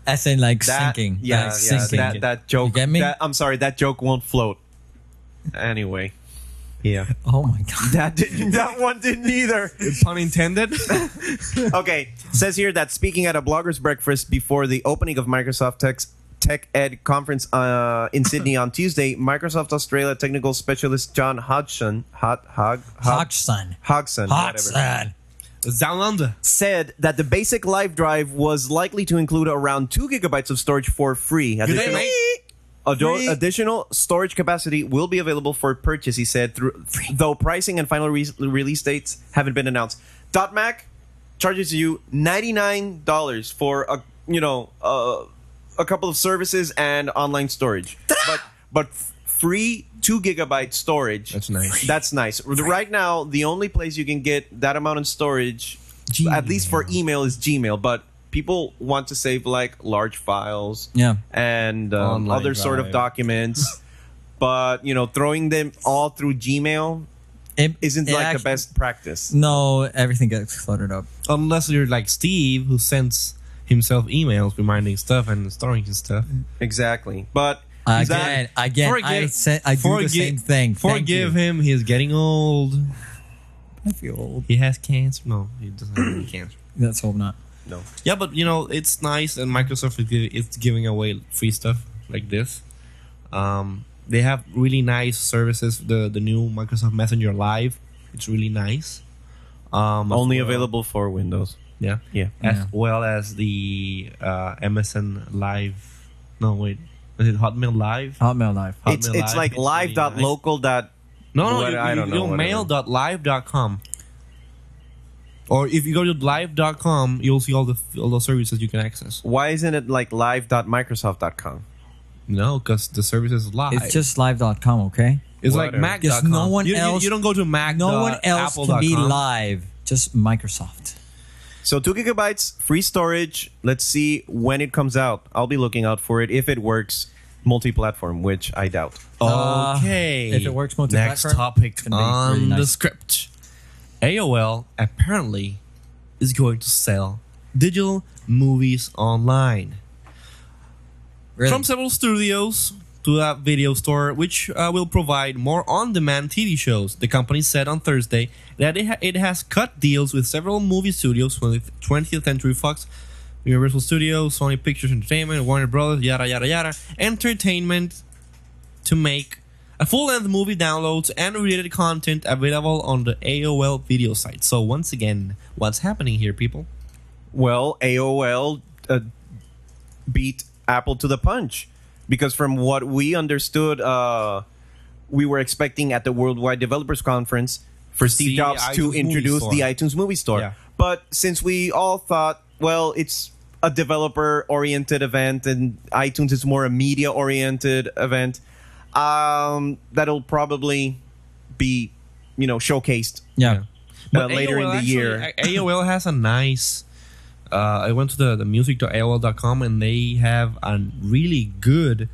B: As in like
A: That,
B: sinking.
A: yeah,
B: like
A: yeah,
B: sinking.
A: that that joke.
B: get me?
A: that- I'm sorry, that joke won't float. Anyway, yeah,
B: oh my god.
A: that didn't, that one didn't either.
C: Pun intended.
A: okay. Says here that speaking at a blogger's breakfast before the opening of Microsoft Tech's Tech Ed conference uh, in Sydney on Tuesday, Microsoft Australia technical specialist John Hodgson, Hod, Hog, Hog,
B: Hodgson.
A: Hodgson, whatever,
B: Hodgson.
C: Down under.
A: said that the basic live drive was likely to include around two gigabytes of storage for free.
C: Good day,
A: Additional-
C: mate.
A: Although
B: Free.
A: additional storage capacity will be available for purchase, he said, through, though pricing and final re- release dates haven't been announced. .Mac charges you $99 for a, you know, uh, a couple of services and online storage. but but f- free 2 gigabyte storage.
C: That's nice.
A: That's nice. Right now, the only place you can get that amount of storage at least for email is Gmail, but people want to save like large files
B: Yeah.
A: and um,
C: Online
A: other sort of
C: drive.
A: documents. but you know, throwing them all through Gmail
B: It
A: isn't
B: it
A: like
B: act-
A: the best practice.
B: No, everything gets cluttered up.
C: Unless you're like Steve, who sends himself emails reminding stuff and storing his stuff.
A: Exactly. But
B: Again,
A: that-
B: again, I, say, I do the
C: forgi-
B: same thing. Thank
C: Forgive
B: you.
C: him. He's getting old.
B: I feel old.
C: He has cancer. No, he doesn't have any cancer.
B: Let's hope not.
A: no.
C: Yeah, but you know it's nice, and Microsoft is, gi- is giving away free stuff like this. Um, they have really nice services. The the new Microsoft Messenger Live, it's really nice. Um, as
A: Only
C: well-
A: available for Windows.
C: Yeah,
A: Yeah.
C: as
B: Yeah.
C: well as the uh, MSN Live. No, wait, is it Hotmail Live?
B: Hotmail live.
C: Hotmail
A: it's it's
C: Live,
A: like
C: it's really nice.
A: live.local. dot
C: No, no,
A: What-
C: you,
A: I
C: you
A: don't know,
C: go
A: whatever.
C: mail.live.com. Or if you go to live.com, you'll see all the all the services you can access.
A: Why isn't it like live.microsoft.com?
C: No, because the service is live.
B: It's just live.com, okay?
C: It's
A: Whatever.
C: like
B: Because
C: Mac.com.
B: no one
C: you, you-
B: else-
C: You, don't go to Mac.
B: No
C: dot
B: one else
C: Apple
B: can
C: dot
B: be
C: com.
B: live. Just Microsoft.
A: So two gigabytes, free storage. Let's see when it comes out. I'll be looking out for it if it works multi-platform, which I doubt.
B: Uh,
C: Okay.
B: if it works
C: Next
B: multi-platform,
C: topic
B: it's gonna be
C: on
B: really
C: the
B: nice.
C: script. AOL apparently is going to sell digital movies online.
B: Really?
C: from several studios to a video store, which uh, will provide more on-demand TV shows. The company said on Thursday that it, ha- it has cut deals with several movie studios, 20th 20th Century Fox, Universal Studios, Sony Pictures Entertainment, Warner Brothers, yada yada yada, entertainment, to make a full-length movie downloads and related content available on the AOL video site. So once again, what's happening here, people?
A: Well, AOL uh, beat Apple to the punch because, from what we understood, uh, we were expecting at the Worldwide Developers Conference for
C: To see
A: Steve Jobs
C: iTunes
A: to
C: Movie
A: introduce
C: Store.
A: the iTunes Movie Store.
C: Yeah.
A: But since we all thought, well, it's a developer oriented event and iTunes is more a media oriented event, um, that'll probably be, you know, showcased
B: yeah.
A: uh, later in the year.
C: actually, A- AOL has a nice. Uh, I went to the, the music.aol.com and they have a really good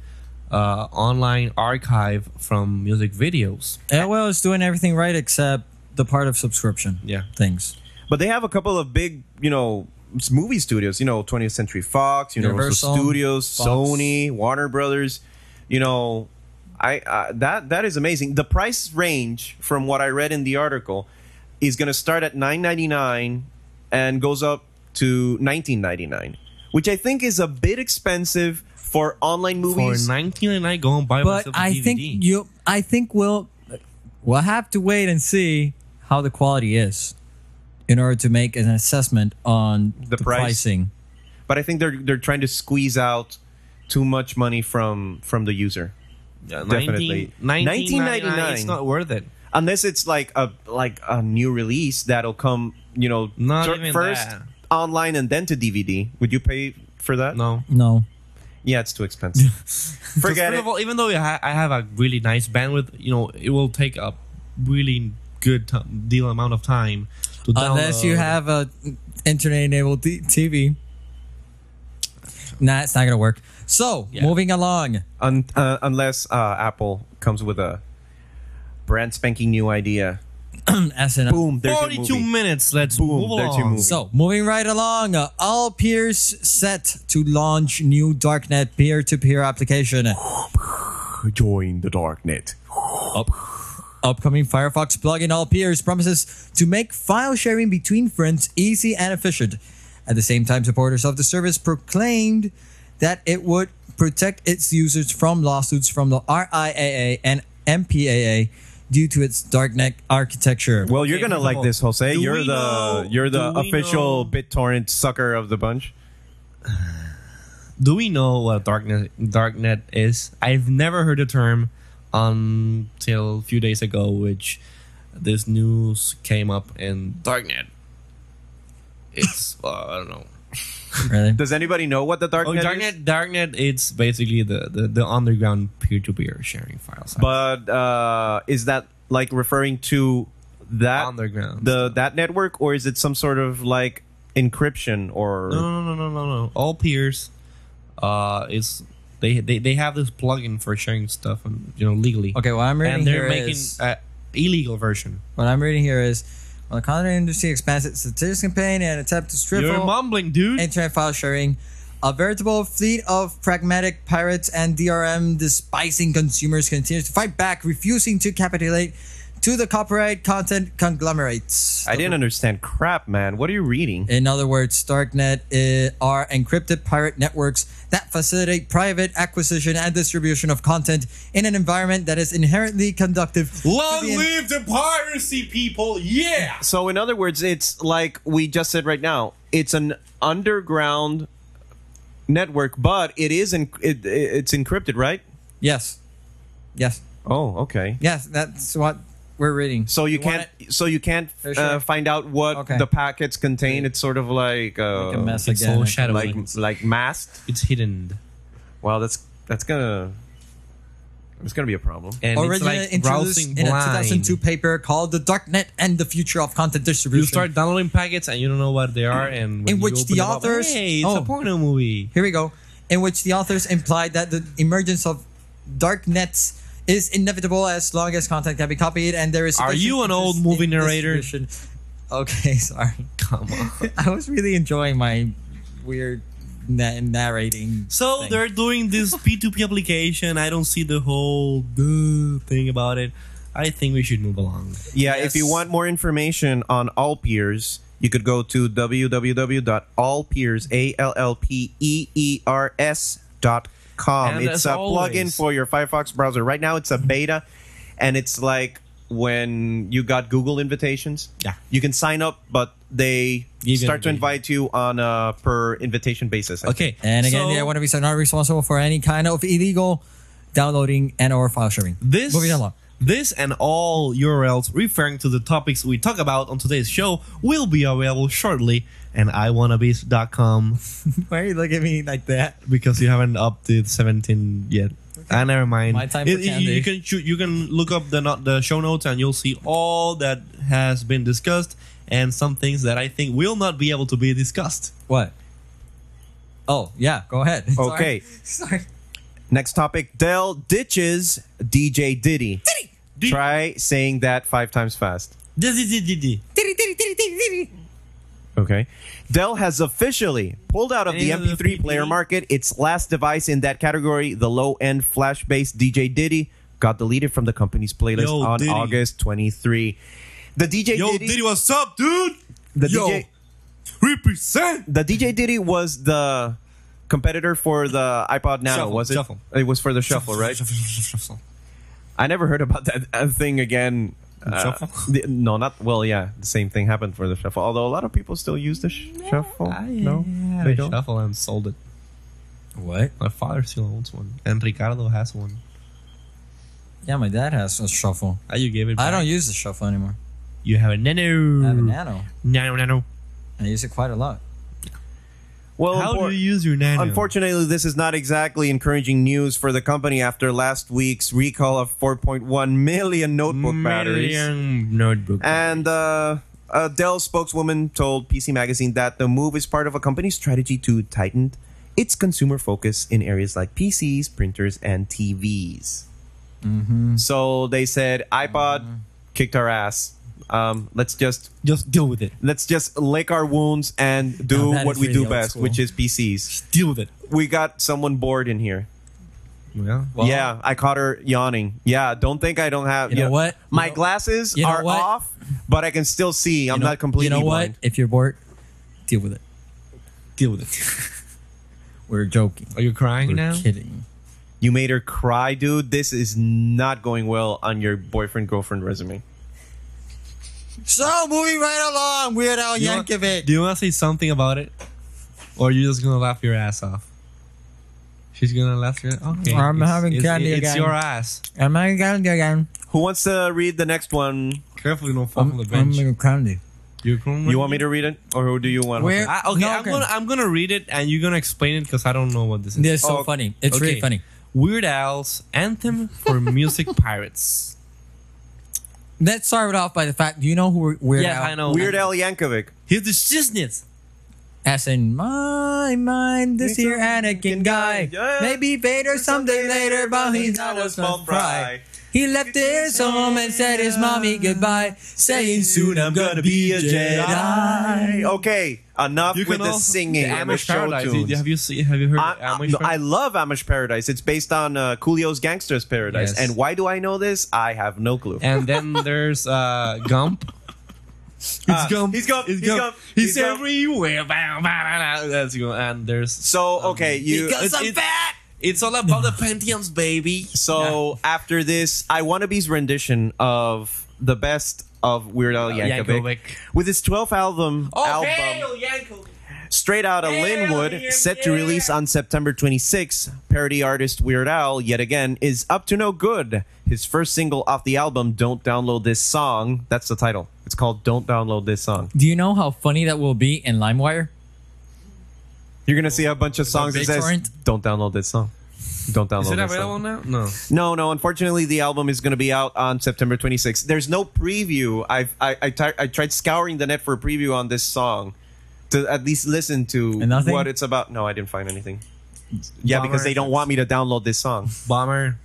C: uh, online archive from music videos.
B: AOL is doing everything right except the part of subscription.
C: Yeah.
B: Things.
A: But they have a couple of big, you know, s- movie studios. You know, 20th Century Fox, Universal,
B: Universal,
A: Studios,
B: Fox.
A: Sony, Warner Brothers. You know, I uh, that that is amazing. The price range, from what I read in the article, is going to start at 9.99 and goes up to 19.99, which I think is a bit expensive for online
C: For
A: movies.
C: 1999, go and buy
B: But
C: myself a
B: I
C: DVD.
B: think you I think we'll we'll have to wait and see how the quality is in order to make an assessment on
A: The price.
B: pricing.
A: but I think they're they're trying to squeeze out too much money from from the user.
C: Yeah,
A: definitely.
C: 19, 1999, it's
A: 1999.
C: not worth it.
A: unless it's like a like a new release that'll come you know
C: Not
A: tur-
C: even
A: first
C: that.
A: online and then to dvd would you pay for that
C: No.
B: No.
A: yeah it's too expensive forget
C: First
A: it
C: of all, even though I ha- I have a really nice bandwidth, you know, it will take a really good t- deal amount of time to
B: Unless you
C: download.
B: have a internet enabled t- TV. Nah, it's not gonna work. So
C: Yeah.
B: moving along.
A: Un- uh, unless uh, Apple comes with a brand spanking new idea.
B: As in,
A: Boom, there's your
C: 42
A: movie.
C: minutes. Let's
A: Boom,
C: move
A: there's
C: along.
A: your movie.
B: So moving right along, uh, all peers set to launch new darknet peer-to-peer application.
A: Join the darknet.
B: Upcoming Firefox plugin All Peers promises to make file sharing between friends easy and efficient. At the same time, supporters of the service proclaimed that it would protect its users from lawsuits from the RIAA and MPAA due to its darknet architecture.
A: Well, you're gonna like this, Jose.
C: Do
A: you're the
C: we know-
A: you're the
C: do we
A: official
C: know-
A: BitTorrent sucker of the bunch.
C: Do we know what darknet darknet is? I've never heard the term until a few days ago, which this news came up in darknet. It's uh, I don't know.
B: really.
A: Does anybody know what the darknet,
C: Oh,
A: is?
C: darknet, darknet. It's basically the, the, the underground peer-to-peer sharing files.
A: But uh, is that like referring to that
C: Underground.
A: the that network, or is it some sort of like encryption or?
C: no, no, no, no, no, no. All peers, uh, is they they, they have this plugin for sharing stuff and you know legally.
B: Okay, what I'm reading
C: and
B: here
C: they're making
B: is-
C: a illegal version.
B: what I'm reading here is when the content industry expands its statistics campaign and attempt to strip
C: You're
B: all-
C: mumbling, dude.
B: internet file sharing. A veritable fleet of pragmatic pirates and DRM despising consumers continues to fight back, refusing to capitulate to the copyright content conglomerates.
A: I didn't understand crap, man. What are you reading?
B: In other words, Darknet eh, are encrypted pirate networks that facilitate private acquisition and distribution of content in an environment that is inherently conductive. to the en-
C: the piracy, people! Yeah.
A: So, in other words, it's like we just said right now. It's an underground network, but it is en- it, it's encrypted, right?
B: yes. Yes.
A: Oh, okay.
B: Yes, that's what we're reading.
A: So you,
B: want
A: can't.
B: it?
A: So you can't
B: For
A: uh,
B: sure.
A: find out what
B: Okay.
A: the packets contain. It's sort of like uh,
B: Make a mess
C: it's
B: again.
C: all shadow
A: like
C: links.
A: like masked.
C: It's hidden.
A: Wow, that's that's gonna it's gonna be a problem.
C: And it's
B: originally
C: like
B: introduced
C: browsing
B: in
C: blind.
B: a 2002 paper called "The Darknet and the Future of Content Distribution."
C: You start downloading packets and you don't know what they are, and when
B: In
C: you
B: which
C: open
B: the
C: them up,
B: authors-
C: hey, it's
B: Oh.
C: a porno movie.
B: Here we go. In which the authors implied that the emergence of darknets is inevitable as long as content can be copied, and there is.
C: Are you an old
B: interest
C: movie
B: in
C: narrator?
B: distribution. Okay, sorry.
C: Come on.
B: I was really enjoying my weird na- narrating.
C: So
B: thing.
C: they're doing this P2P application. I don't see the whole uh, thing about it. I think we should move along.
A: Yeah, if
B: Yes.
A: you want more information on all peers, you could go to www.allpeers, A L L P E E R S dot com.
C: And
A: It's
C: as
A: a plugin
C: always-
A: for your Firefox browser. Right now, it's a beta, and it's like when you got Google invitations.
C: Yeah.
A: you can sign up, but they
C: Give you
A: start to
C: invitation.
A: invite you on a per invitation basis. I think.
C: Okay.
B: And again,
C: so
B: the Wannabe are not responsible for any kind of illegal downloading and/or file sharing.
C: this
B: moving along.
C: This and all URLs referring to the topics we talk about on today's show will be available shortly and iwannabe.com
B: Why are you looking at me like that?
C: because you haven't updated 17 yet. Ah, never mind.
B: My time for
C: It- it- you,
B: candy.
C: you can choo- you can look up the not the show notes and you'll see all that has been discussed and some things that I think will not be able to be discussed.
B: What? Oh yeah, go ahead.
A: Okay.
B: Sorry. Sorry.
A: Next topic: Dell ditches DJ Diddy.
C: Diddy.
A: Try saying that five times fast.
B: Diddy, diddy, diddy, diddy, diddy.
A: Okay. Dell has officially pulled out of the
C: And the
A: MP3
C: PP.
A: player market. Its last device in that category, the low end flash based DJ Diddy, got deleted from the company's playlist
C: Yo,
A: on
C: Diddy.
A: August 23. The DJ
C: Yo,
A: Diddy,
C: Diddy, what's up, dude?
A: the
C: Yo,
A: DJ,
C: represent.
A: the DJ Diddy was the competitor for the iPod Nano,
C: Shuffle,
A: was it?
C: shuffle.
A: It was for the shuffle, right? I never heard about that uh, thing again. Uh,
C: Shuffle?
A: the- no, not well. Yeah, the same thing happened for the shuffle. Although a lot of people still use the sh- shuffle. no, they don't.
C: Shuffle and sold it.
B: What?
C: My father still owns one, and Ricardo has one.
B: Yeah, my dad has a shuffle.
C: Ah, you gave it.
B: I
C: back.
B: don't use the shuffle anymore.
C: You have a nano.
B: I have a nano.
C: Nano, nano.
B: I use it quite a lot.
A: Well,
C: How
A: impor-
C: do you use your nano?
A: Unfortunately, this is not exactly encouraging news for the company after last week's recall of 4.1 million notebook batteries.
C: Million notebook.
A: And uh, a Dell spokeswoman told PC Magazine that the move is part of a company's strategy to tighten its consumer focus in areas like PCs, printers, and TVs.
C: Mm-hmm.
A: So they said iPod kicked our ass. Um, let's just
C: Just deal with it.
A: let's just lick our wounds and do
B: Now that
A: what
B: is
A: we do
B: really old
A: best,
B: school.
A: which is PCs.
C: Deal with it.
A: We got someone bored in here.
C: Yeah.
A: Yeah, I caught her yawning. Yeah, don't think I don't have.
B: You know
A: yeah.
B: what?
A: My
B: You know-
A: glasses
B: you know
A: are
B: what?
A: off, but I can still see. I'm
B: You know-
A: not completely
B: You know
A: blind.
B: what? If you're bored, deal with it.
C: Deal with it.
B: We're joking.
C: Are you crying
B: We're
C: now?
B: kidding.
A: You made her cry, dude. This is not going well on your boyfriend girlfriend resume.
B: So moving right along, Weird Al
C: You want-
B: Yankovic.
C: Do you want to say something about it, or you just gonna laugh your ass off? She's gonna laugh your. Okay.
B: I'm
C: it's-
B: having
C: it's,
B: candy
C: it's
B: again.
C: your ass.
B: I'm not gonna go again.
A: Who wants to read the next one?
C: Carefully, don't fall
B: I'm,
C: from the
B: I'm
C: bench.
B: gonna candy.
C: you
A: You want me to read it, or who do you want?
B: Where-
C: I, okay,
B: No,
C: I'm
B: okay.
C: gonna I'm gonna read it, and you're gonna explain it because I don't know what this is.
B: This is so
C: Oh,
B: funny. It's really
C: okay.
B: funny.
C: Weird Al's anthem for music pirates.
B: Let's start it off by the fact. Do you know who Weird
C: Yes,
B: Al?
C: I know.
A: Weird Al Yankovic.
C: He's the shiznit.
B: As in my mind, this
A: He's
B: here
A: a
B: Anakin
A: Anakin
B: guy.
A: guy, yeah.
B: Maybe Vader someday later, but he's not a small fry. He left his home and said his mommy goodbye, saying soon I'm gonna be a Jedi.
A: Okay, enough with the
C: also-
A: singing and the
C: Amish
A: show
C: Paradise.
A: tunes.
C: Have you seen? Have you heard?
A: I,
C: of
A: I-
C: Amish
A: no, I
C: Paradise?
A: love Amish Paradise. It's based on uh, Coolio's Gangster's Paradise.
C: Yes.
A: And why do I know this? I have no clue.
C: and then there's uh, Gump. It's
A: Ah, he's Gump, he's Gump,
C: He's,
A: he's Gump.
C: everywhere. Bow, bow, bow, bow. That's you. And there's
A: So okay, you.
C: Um, Because I'm fat. It's all about the Pentiums, baby.
A: So after this, I Wannabe's rendition of the best of Weird Al Yankovic,
C: Uh, Yankovic.
A: with his 12th album
C: Oh,
A: album Straight Out of Linwood, set to release on September 26. Parody artist Weird Al, yet again, is up to no good. His first single off the album, "Don't Download This Song," that's the title. It's called "Don't Download This Song."
B: Do you know how funny that will be in LimeWire?
A: You're gonna see a bunch of songs that says,
B: BitTorrent?
A: "Don't download this song." Don't download
C: Is it
A: this
C: available
A: song.
C: now? No.
A: No, no. Unfortunately, the album is going to be out on September 26th. There's no preview. I've I I ti- I tried scouring the net for a preview on this song to at least listen to
B: And nothing?
A: what it's about. No, I didn't find anything. Yeah,
C: Bummer.
A: because they don't want me to download this song.
C: Bomber.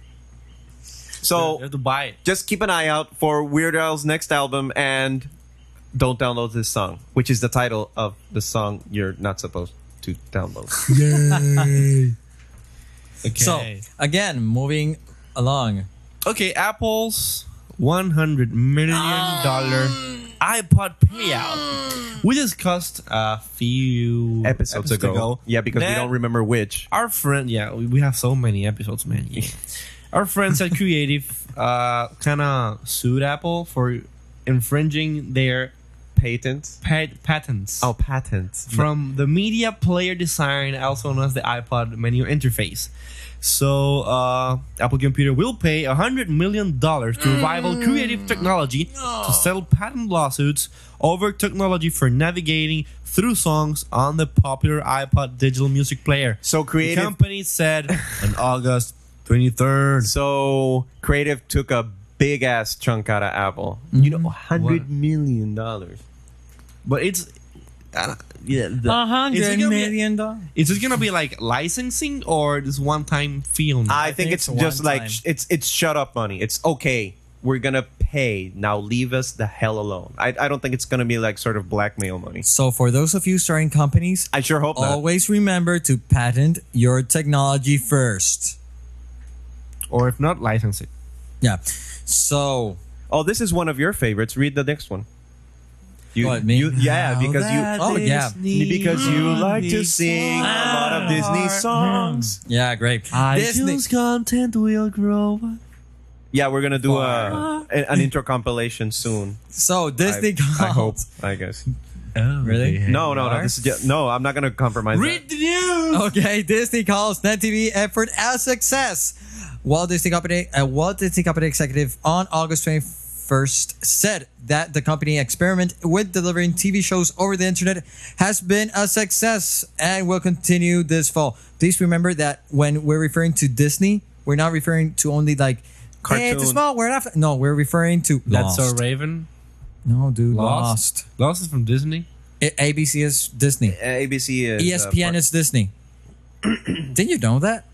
C: You
A: So
C: have to buy it.
A: just keep an eye out for Weird Al's next album and don't download this song, which is the title of the song you're not supposed to download.
C: Okay.
B: So again, moving along.
C: okay, Apple's one hundred million dollar iPod payout. We discussed a few
A: Mm-hmm. Episodes ago. Yeah, because we
C: that
A: don't remember which.
C: our friend yeah we, we have so many episodes man Yeah. our friends at creative uh kind of sued apple for infringing their
A: Patent.
C: pat- patents
A: Oh, patents.
C: from the media player design also known as the ipod menu interface so uh, apple computer will pay $100 million to rival creative technology to settle patent lawsuits over technology for navigating through songs on the popular ipod digital music player
A: So
C: the
A: creative
C: company said on August 23rd.
A: So Creative took a big ass chunk out of Apple. You know,
C: What?
A: hundred million dollars.
C: But it's uh, yeah. The,
B: A
C: is it
B: hundred
C: gonna be-
B: million dollars.
C: Is this gonna be like licensing or this one-time fee? on-
A: I, think,
B: think
A: it's
B: it's
A: just
B: one
A: like
B: time.
A: sh- it's it's shut up money. It's okay. We're gonna pay now. Leave us the hell alone. I, I don't think it's gonna be like sort of blackmail money.
B: So for those of you starting companies,
A: I sure hope not.
B: always remember to patent your technology first.
C: or if not, license it.
B: Yeah. So
A: Oh, this is one of your favorites. Read the next one. You,
B: What, me?
A: you- yeah,
C: Now
A: because
C: that
A: you
B: Oh, yeah.
C: Disney
A: because you like to
C: Disney
A: sing a lot of Disney
C: songs.
A: songs.
B: yeah, great. Disney-
C: iTunes content will grow.
A: Yeah, we're gonna do a, an, an intro compilation soon.
B: So Disney
A: I,
B: called.
A: I hope. I guess.
C: Oh,
B: Really?
A: No, no, no.
B: Are?
A: This is just, no. I'm not gonna compromise.
C: Read the news.
B: Okay, Disney calls NetTV effort a success. Walt Disney Company, a Walt Disney Company executive on August 21st said that the company experiment with delivering TV shows over the internet has been a success and will continue this fall. Please remember that when we're referring to Disney, we're not referring to only like Hey, it's a
A: Cartoon.
B: small world. after-" No, we're referring to
C: That's
B: Lost.
C: so Raven.
B: No, dude,
C: Lost.
B: Lost.
C: Lost is from Disney.
B: A- ABC is Disney. E
A: that. Uh, ABC is uh,
B: ESPN
A: part-
B: is Disney. Didn't you know that?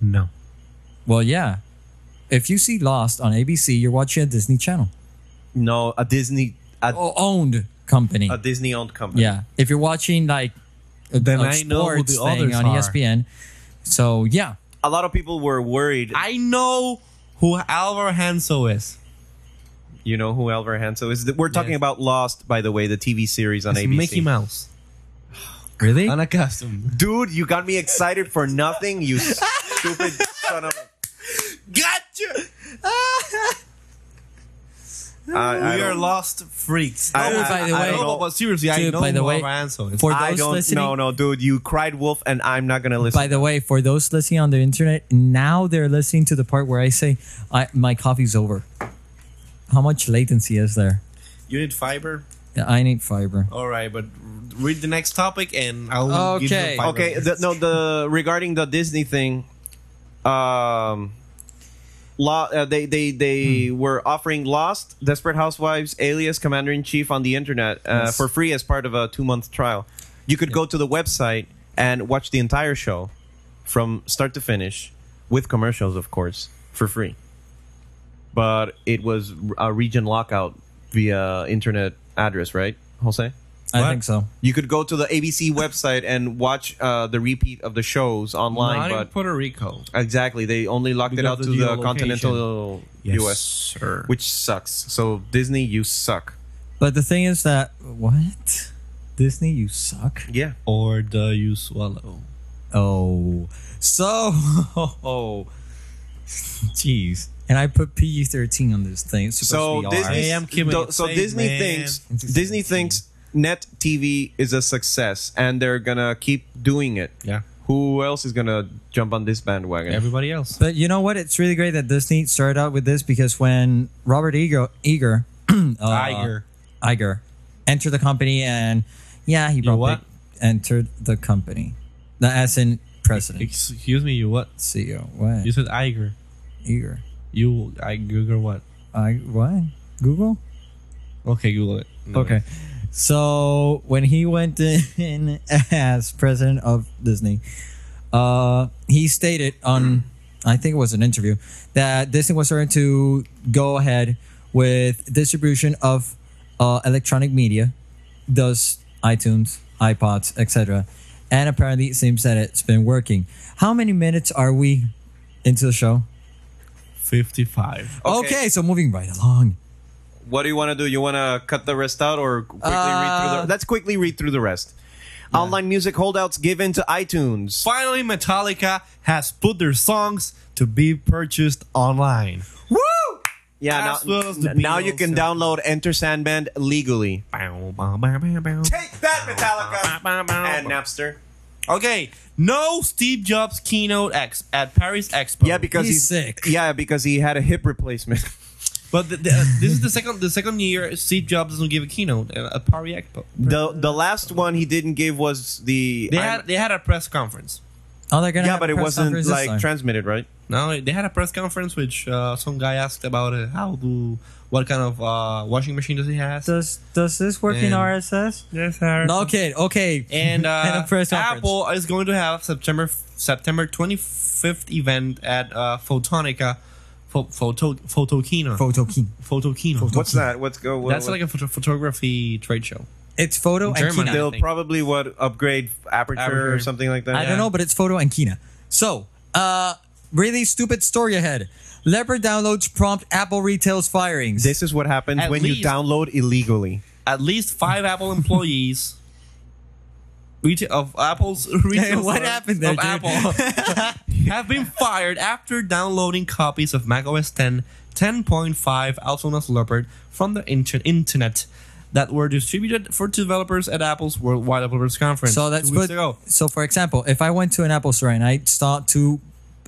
C: No.
B: Well, yeah. If you see Lost on ABC, you're watching a Disney Channel.
A: No, a Disney a,
B: Oh, owned company.
A: a Disney owned company.
B: yeah. If you're watching like a,
C: Then
B: a
C: I know who the
B: sports thing
C: others
B: on E
C: are.
B: ESPN. So, yeah.
A: A lot of people were worried.
C: I know who Alvar Hanso is.
A: you know who Alvar Hanso is? We're talking
C: Yeah.
A: about Lost, by the way, the TV series on
C: It's
A: ABC.
C: Mickey Mouse.
B: Really?
C: a costume.
A: Dude, you got me excited for nothing, you stupid son of.
C: Gotcha!
A: I, I
C: we are
A: don't-
C: lost freaks.
A: I-
C: No,
A: I-
B: by the
C: I
B: way-
C: don't know, but seriously, I
B: Dude,
C: know
B: by the
C: who
B: way,
C: Alvar Hanso is.
B: for
A: I
B: those
A: don't.
B: listening,
A: No, no, dude, you cried wolf, and I'm not gonna listen.
B: By the way, for those listening on the internet, now they're listening to the part where I say, I, "My coffee's over." How much latency is there?
C: you need fiber?
B: I need fiber.
C: All right, but read the next topic and I'll give
B: Okay.
C: you fiber.
A: okay, the, no, the regarding the Disney thing, um, lo, uh, they they they were offering Lost, Desperate Housewives, Alias, Commander in Chief on the internet uh, for free as part of a two month trial. You could go to the website and watch the entire show from start to finish with commercials, of course, for free. But it was a region lockout via internet address, right, Jose?
B: I
C: What?
B: think so.
A: You could go to the ABC website and watch uh, the repeat of the shows online,
C: Not in
A: but
C: Puerto Rico.
A: exactly they only locked it
C: Because
A: out
C: of
A: to
C: the
A: the
C: geolocation.
A: continental U.S.,
C: sir.
A: which sucks. So Disney, you suck.
B: But the thing is that what Disney, you suck.
A: Yeah,
C: or do you swallow?
B: Oh, so oh, jeez. And I put PG thirteen on this thing. It's
A: So
B: supposed to be
A: Disney,
C: Hey, I'm keeping
A: so-
C: it
A: so
C: safe,
A: Disney
C: man.
A: thinks
B: It's a
A: Disney
B: safe
A: thinks net TV is a success, and they're gonna keep doing it.
C: Yeah.
A: Who else is gonna jump on this bandwagon?
C: Everybody else.
B: But you know what? It's really great that Disney started out with this because when Robert Eager, Eager, uh,
C: Iger.
B: Iger entered the company and yeah, he brought
C: what?
B: entered the company. The as in president,
C: Excuse me, you what?
B: CEO. What?
C: You said Iger.
B: Eager.
C: You I Google what?
B: I what? Google?
C: Okay, Google it. No.
B: Okay. So when he went in as president of Disney, uh, he stated on, I think it was an interview, that Disney was starting to go ahead with distribution of uh, electronic media, thus iTunes, iPods, etc. And apparently, it seems that it's been working. How many minutes are we into the show?
C: Fifty-five.
A: Okay.
B: Okay, so moving right along.
A: What do you want to do? You want to cut the rest out or quickly read through
B: Uh,
A: the Let's quickly read through the rest. Online music holdouts given to iTunes.
C: Finally, Metallica has put their songs to be purchased online.
A: Woo! Yeah,
C: As
A: now,
C: well as the
A: n- now you
C: Beatles
A: can
C: and-
A: download Enter Sandman legally.
C: Bow, bow, bow, bow, bow.
A: Take that, Metallica!
C: Bow, bow, bow.
A: and Napster.
C: Okay, no Steve Jobs keynote ex- at Paris Expo.
A: Yeah, because
B: He's
A: he's,
B: sick.
A: Yeah, because he had a hip replacement.
C: but the, the, uh, this is the second the second year Steve Jobs doesn't give a keynote at at Paris Expo.
A: the the last one he didn't give was the
C: They
A: I'm-
C: had they had a press conference.
B: Oh, they're gonna
A: yeah,
B: have
A: but
B: a
A: it
B: press
A: wasn't
B: conference this
A: like
B: time.
A: transmitted, right?
C: No, they had a press conference which uh, some guy asked about uh, how do what kind of uh, washing machine does he have?
B: does does this work in
C: And-
B: RSS?
C: Yes, sir.
B: No, okay, okay.
C: And, uh,
B: a press conference.
C: Apple is going to have September September 25th event at uh, Photonica, pho- photo Photokina,
B: photo keen.
C: Photokina.
A: What's that? What's go? What,
C: That's like a photo- photography trade show.
B: It's photo and
C: German.
B: Kina.
A: they'll
C: thing.
A: probably what upgrade aperture, or
C: Aperture.
A: something like that.
B: I don't know, but it's photo and Kina. So, uh, really stupid story ahead. Leopard downloads prompt Apple retails firings.
A: This is what happens
C: At
A: when you
C: least-
A: download illegally.
C: At least five Apple employees. Retail, of Apple's retail
B: What
C: store
B: happened there,
C: of
B: dude?
C: Apple have been fired after downloading copies of macOS 10 10.5 also known as Leopard from the inter- internet that were distributed for developers at Apple's Worldwide Developers Conference.
B: so that's
C: two weeks
B: good.
C: ago.
B: So, for example, if I went to an Apple store and I start to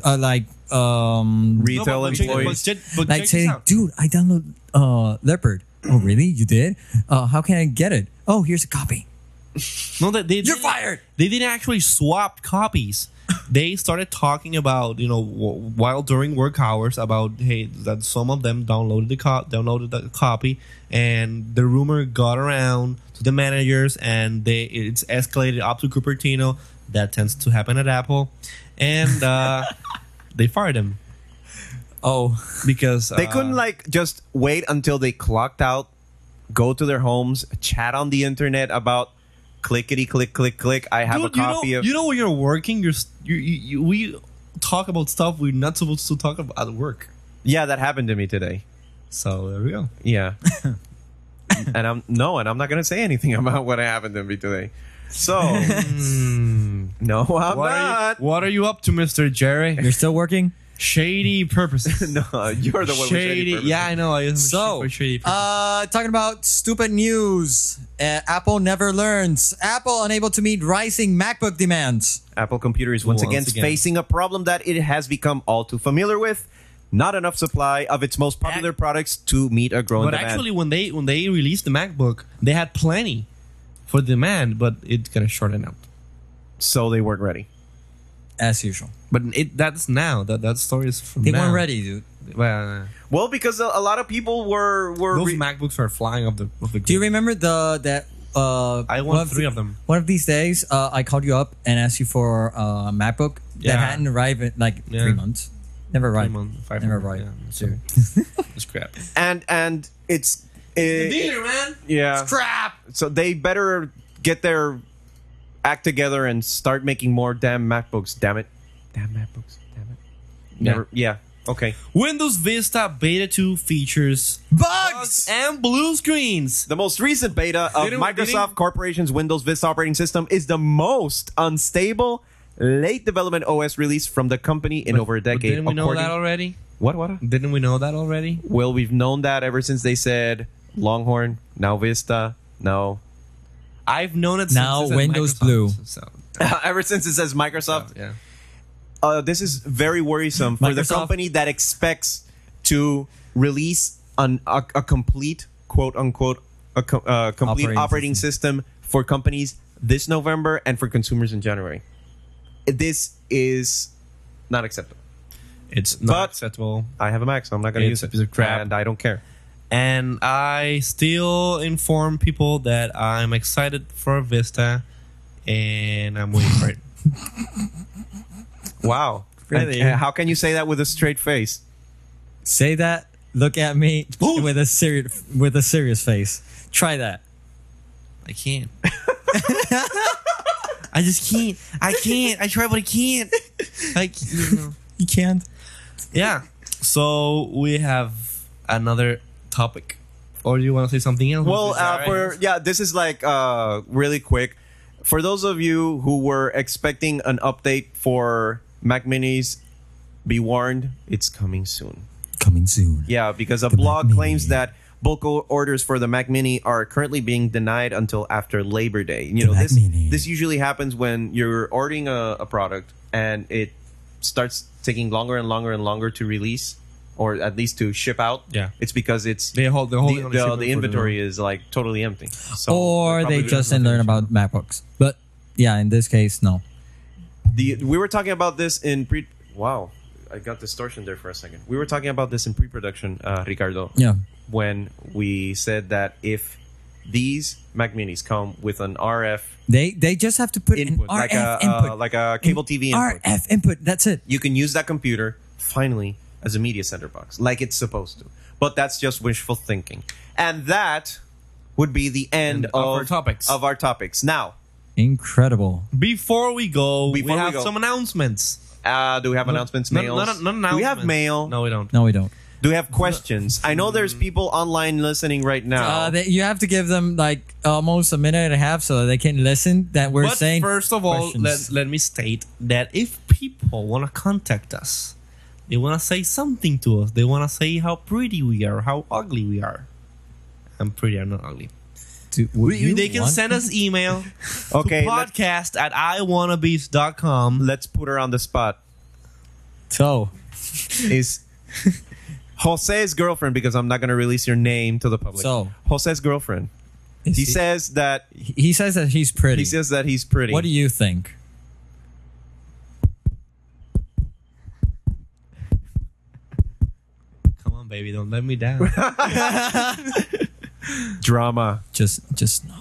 B: uh, like um
A: Retail
C: No, but- but check-
A: employees.
C: but check- but
B: like
C: check
B: say,
C: this out.
B: dude, I download uh Leopard. Oh, really? You did? Uh, how can I get it? Oh, here's a copy.
C: No, they, they
B: You're
C: didn't-
B: fired.
C: They didn't actually swap copies. they started talking about you know w- while during work hours about hey that some of them downloaded the co- downloaded the copy and the rumor got around to the managers and they it's escalated up to Cupertino That tends to happen at Apple, and uh, they fired him
B: Oh,
C: because
A: They
C: uh,
A: couldn't like just wait until they clocked out, go to their homes, chat on the internet about clickety click click click. I have
C: Dude,
A: a copy
C: uh, you know,
A: of
C: you know when you're working, you're s- you, you, you we talk about stuff we're not supposed to talk about at work.
A: yeah. That happened to me today.
C: So there we go.
A: Yeah. and I'm no, and I'm not gonna say anything about what happened to me today. So no, I'm
C: What Hmm. are,
A: not.
C: you, what are you up to, Mister Jerry?
B: you're still working?
C: Shady purposes.
A: no, you're the one with shady.
C: Yeah, I know. I
B: So,
C: for shady purposes.
B: uh, talking about stupid news. Uh, Apple never learns. Apple unable to meet rising MacBook demands.
A: Apple Computer is once,
C: Once
A: again,
C: again.
A: facing a problem that it has become all too familiar with. Not enough supply of its most popular
C: Ac-
A: products to meet a growing
C: but
A: demand.
C: actually, when they when they released the MacBook, they had plenty for demand, but it's gonna shorten out.
A: so they weren't ready.
B: As usual,
C: But it that's now. That that story is from
B: they
C: now.
B: weren't ready, dude.
C: Well,
A: Well, because a, a lot of people were were
C: those
A: re-
C: MacBooks are flying off the. Off the
B: Do you remember the that? Uh,
C: I want
B: one
C: three of them.
B: One of these days, uh, I called you up and asked you for a MacBook that
C: Yeah.
B: hadn't arrived in like
C: Yeah.
B: three months. Never arrived.
C: months, five
B: Never
C: months,
B: arrived.
C: yeah,
B: So-
C: It's crap.
A: and and it's it-
C: man.
A: yeah
C: Crap.
A: so they better get their act together and start making more damn MacBooks. Damn it, damn MacBooks. Damn it. Never. Yeah. Okay.
C: Windows Vista Beta 2 features
B: Bugs.
C: bugs and blue screens.
A: The most recent beta of
C: Didn't-
A: Microsoft
C: didn't-
A: Corporation's Windows Vista operating system is the most unstable late development OS release from the company in over a
C: But
A: decade.
C: Didn't we know
A: according-
C: that already? Mm.
A: what? What?
C: Didn't we know that already?
A: Well, we've known that ever since they said Longhorn, now Vista, no.
C: I've known it
B: Now
C: since it's at
B: Windows
C: Microsoft,
B: Blue.
C: So,
A: ever since it says Microsoft,
C: yeah.
A: uh, this is very worrisome for the
B: Microsoft-
A: company that expects to release an, a, a complete quote unquote a co- uh, complete operating,
B: Operating
A: system. for companies this November and for consumers in January. This is not acceptable.
C: It's not
A: But-
C: acceptable.
A: I have a Mac, so I'm not going to
C: It's
A: use
C: a
A: it.
C: piece of crap.
A: and I don't care.
C: And I still inform people that I'm excited for Vista and I'm waiting for it.
A: Wow,
B: Really?
A: And- and how can you say that with a straight face?
B: Say that. Look at me with a serious with a serious face. Try that.
C: I can't. I just can't. I can't. I try, but I can't. I c- you know.
B: You can't.
C: Yeah. So we have another topic, or do you want to say something else?
A: Well,
C: Is that
A: uh,
C: right?
A: for yeah, this is like uh, really quick. For those of you who were expecting an update for Mac Minis, be warned, it's coming soon.
B: Coming soon.
A: Yeah, because a
B: Mac
A: blog
B: Mini.
A: claims that bulk o- orders for the Mac Mini are currently being denied until after Labor Day. You
B: The
A: know,
B: Mac
A: this
B: Mini.
A: this usually happens when you're ordering a, a product and it starts taking longer and longer and longer to release, or at least to ship out.
C: Yeah.
A: it's because it's
C: they hold the
A: the, the, the inventory is like totally empty. So
B: or
A: they're
B: they
A: probably
B: just
A: doing
B: didn't learn
A: nothing.
B: about MacBooks. But yeah, in this case, no.
A: the. We were talking about this in pre. Wow, I got distortion there for a second. We were talking about this in pre-production, uh, Ricardo.
B: Yeah.
A: When we said that if these Mac Minis come with an RF
B: They they just have to put
A: input,
B: an RF
A: like a
B: input.
A: Uh, like a cable TV input,
B: RF input. That's it.
A: you can use that computer finally as a media center box, like it's supposed to. But that's just wishful thinking, and that would be the end
C: End of our topics.
A: of our topics. Now,
B: Incredible.
C: Before we go,
A: Before
C: we
A: we
C: have
A: go.
C: some announcements.
A: Uh, do we have announcements?
C: No,
A: mails?
C: No, no, no,
A: Do we have
C: announcements.
A: mail?
C: No, Mm. we don't.
B: No, we don't.
A: Do we have questions? I know there's people online listening right now.
B: Uh, they, you have to give them like almost a minute and a half so they can listen that we're
C: but
B: saying.
C: first of all, let,
B: questions.
C: let me state that if people want to contact us, they want to say something to us. They want to say how pretty we are, how ugly we are. I'm pretty. I'm not ugly.
B: Do- would
C: We,
B: you
C: they can
B: want-
C: send us email.
A: Okay,
C: to
A: let's-
C: podcast at iwannabeast.com.
A: Let's put her on the spot.
B: So
A: Is Jose's girlfriend because I'm not going to release your name to the public.
B: So.
A: Jose's girlfriend.
B: is
A: He, says that
B: he says that he's pretty.
A: he says that he's pretty.
B: what do you think?
C: Come on, baby, don't let me down.
A: drama?
B: Just just nod.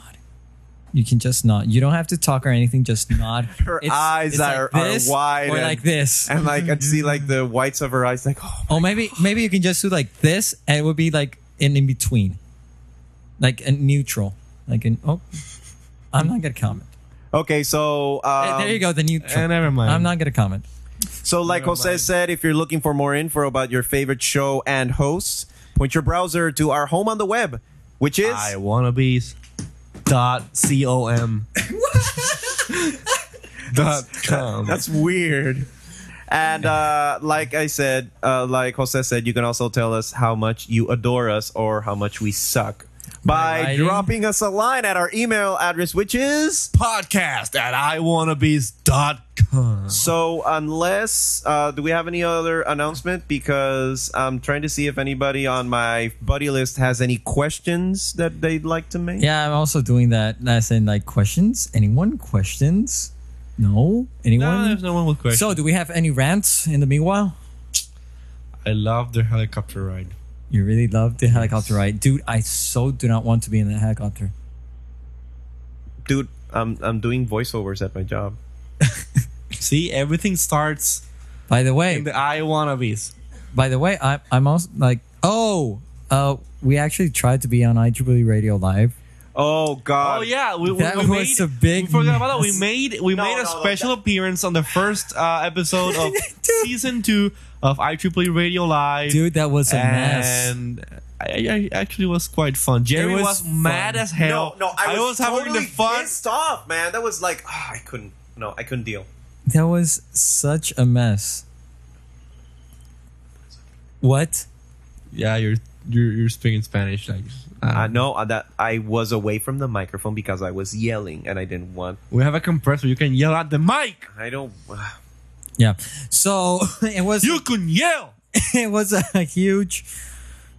B: You can just nod. You don't have to talk or anything. Just nod.
A: Her eyes are- are wide
B: or
A: and-
B: like this.
A: And like I'd see like the whites of her eyes, like oh,
B: Oh, maybe maybe you can just do like this, and it would be like in in between, like a neutral, like an oh, I'm not gonna comment.
A: okay. So um,
B: there you go, the neutral.
C: eh, never mind.
B: I'm not gonna comment.
A: So, like Jose said, if you're looking for more info about your favorite show and hosts, point your browser to our home on the web, which is
C: I wanna be dot com dot com.
A: that's weird. And uh, like I said, uh, like Jose said, you can also tell us how much you adore us or how much we suck by
B: writing?
A: dropping us a line at our email address, which is
C: podcast at I wanna be dot com.
A: So unless uh, do we have any other announcement? Because I'm trying to see if anybody on my buddy list has any questions that they'd like to make.
B: Yeah, I'm also doing that. As in, like questions. Anyone questions? No.
C: No,
B: Anyone?
C: there's no one with questions.
B: so, do we have any rants in the meanwhile?
C: I love the helicopter ride.
B: You really love the helicopter ride, dude. I so do not want to be in a helicopter.
A: dude, I'm I'm doing voiceovers at my job.
C: See, everything starts
B: By the way,
C: in the I wanna be's.
B: By the way, I, I'm also like, oh, uh, we actually tried to be on IEEE Radio Live.
A: Oh God!
C: Oh yeah, we, we-
B: That
C: we
B: was
C: made,
B: a big
C: We forgot about that. We
B: mess.
C: made we
A: No,
C: made a
A: no, no,
C: special appearance on the first uh, episode of season two of IEEE Radio Live.
B: Dude, that was a mess.
C: and I, I actually was quite fun. Jerry
B: was
C: was, mad
B: fun.
C: as hell.
A: No, no, I, was,
C: having
A: totally
C: the fun.
A: pissed off, man. That was like ah, I couldn't. No, I couldn't deal.
B: That was such a mess. What?
C: Yeah, you're you're, you're speaking Spanish. Like,
A: Uh, no, uh, that I was away from the microphone because I was yelling and I didn't want.
C: we have a compressor. You can yell at the mic.
A: I don't.
B: Yeah. So it was
C: You can yell.
B: it was a huge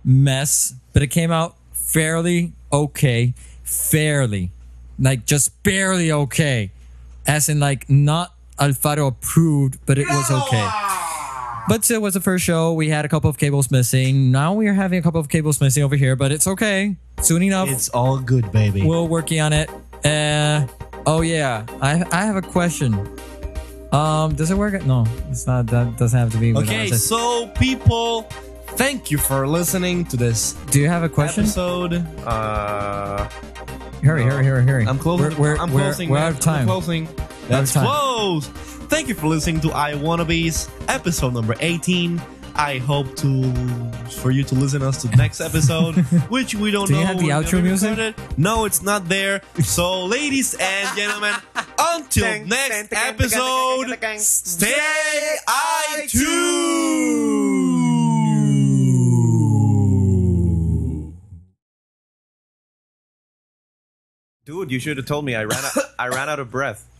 B: mess, but it came out fairly okay, fairly, like just barely okay, as in like not Alfaro approved, but it was okay. But it was the first show. We had a couple of cables missing. Now we are having a couple of cables missing over here, but it's okay. Soon enough,
C: It's all good, baby.
B: we're working on it. Uh, oh yeah, I I have a question. Um, does it work? No, it's not. That doesn't have to be. with
C: okay,
B: us.
C: so people, thank you for listening to this
B: do you have a question?
C: episode.
A: Uh,
B: Hurry, hurry, hurry, hurry.
C: I'm closing.
B: We're, we're,
C: I'm
B: we're,
C: closing.
B: We're
C: man.
B: out of time.
C: I'm closing. That's
B: time.
C: closed. Thank you for listening to I Wannabes episode number 18. I hope to for you to listen us to the next episode, which we don't
B: Do
C: know.
B: you have the
C: when
B: outro
C: we
B: music?
C: recorded. No, it's not there. So, ladies and gentlemen, until next episode, stay iTunes.
A: dude, you should have told me. I ran. Out, I ran out of breath.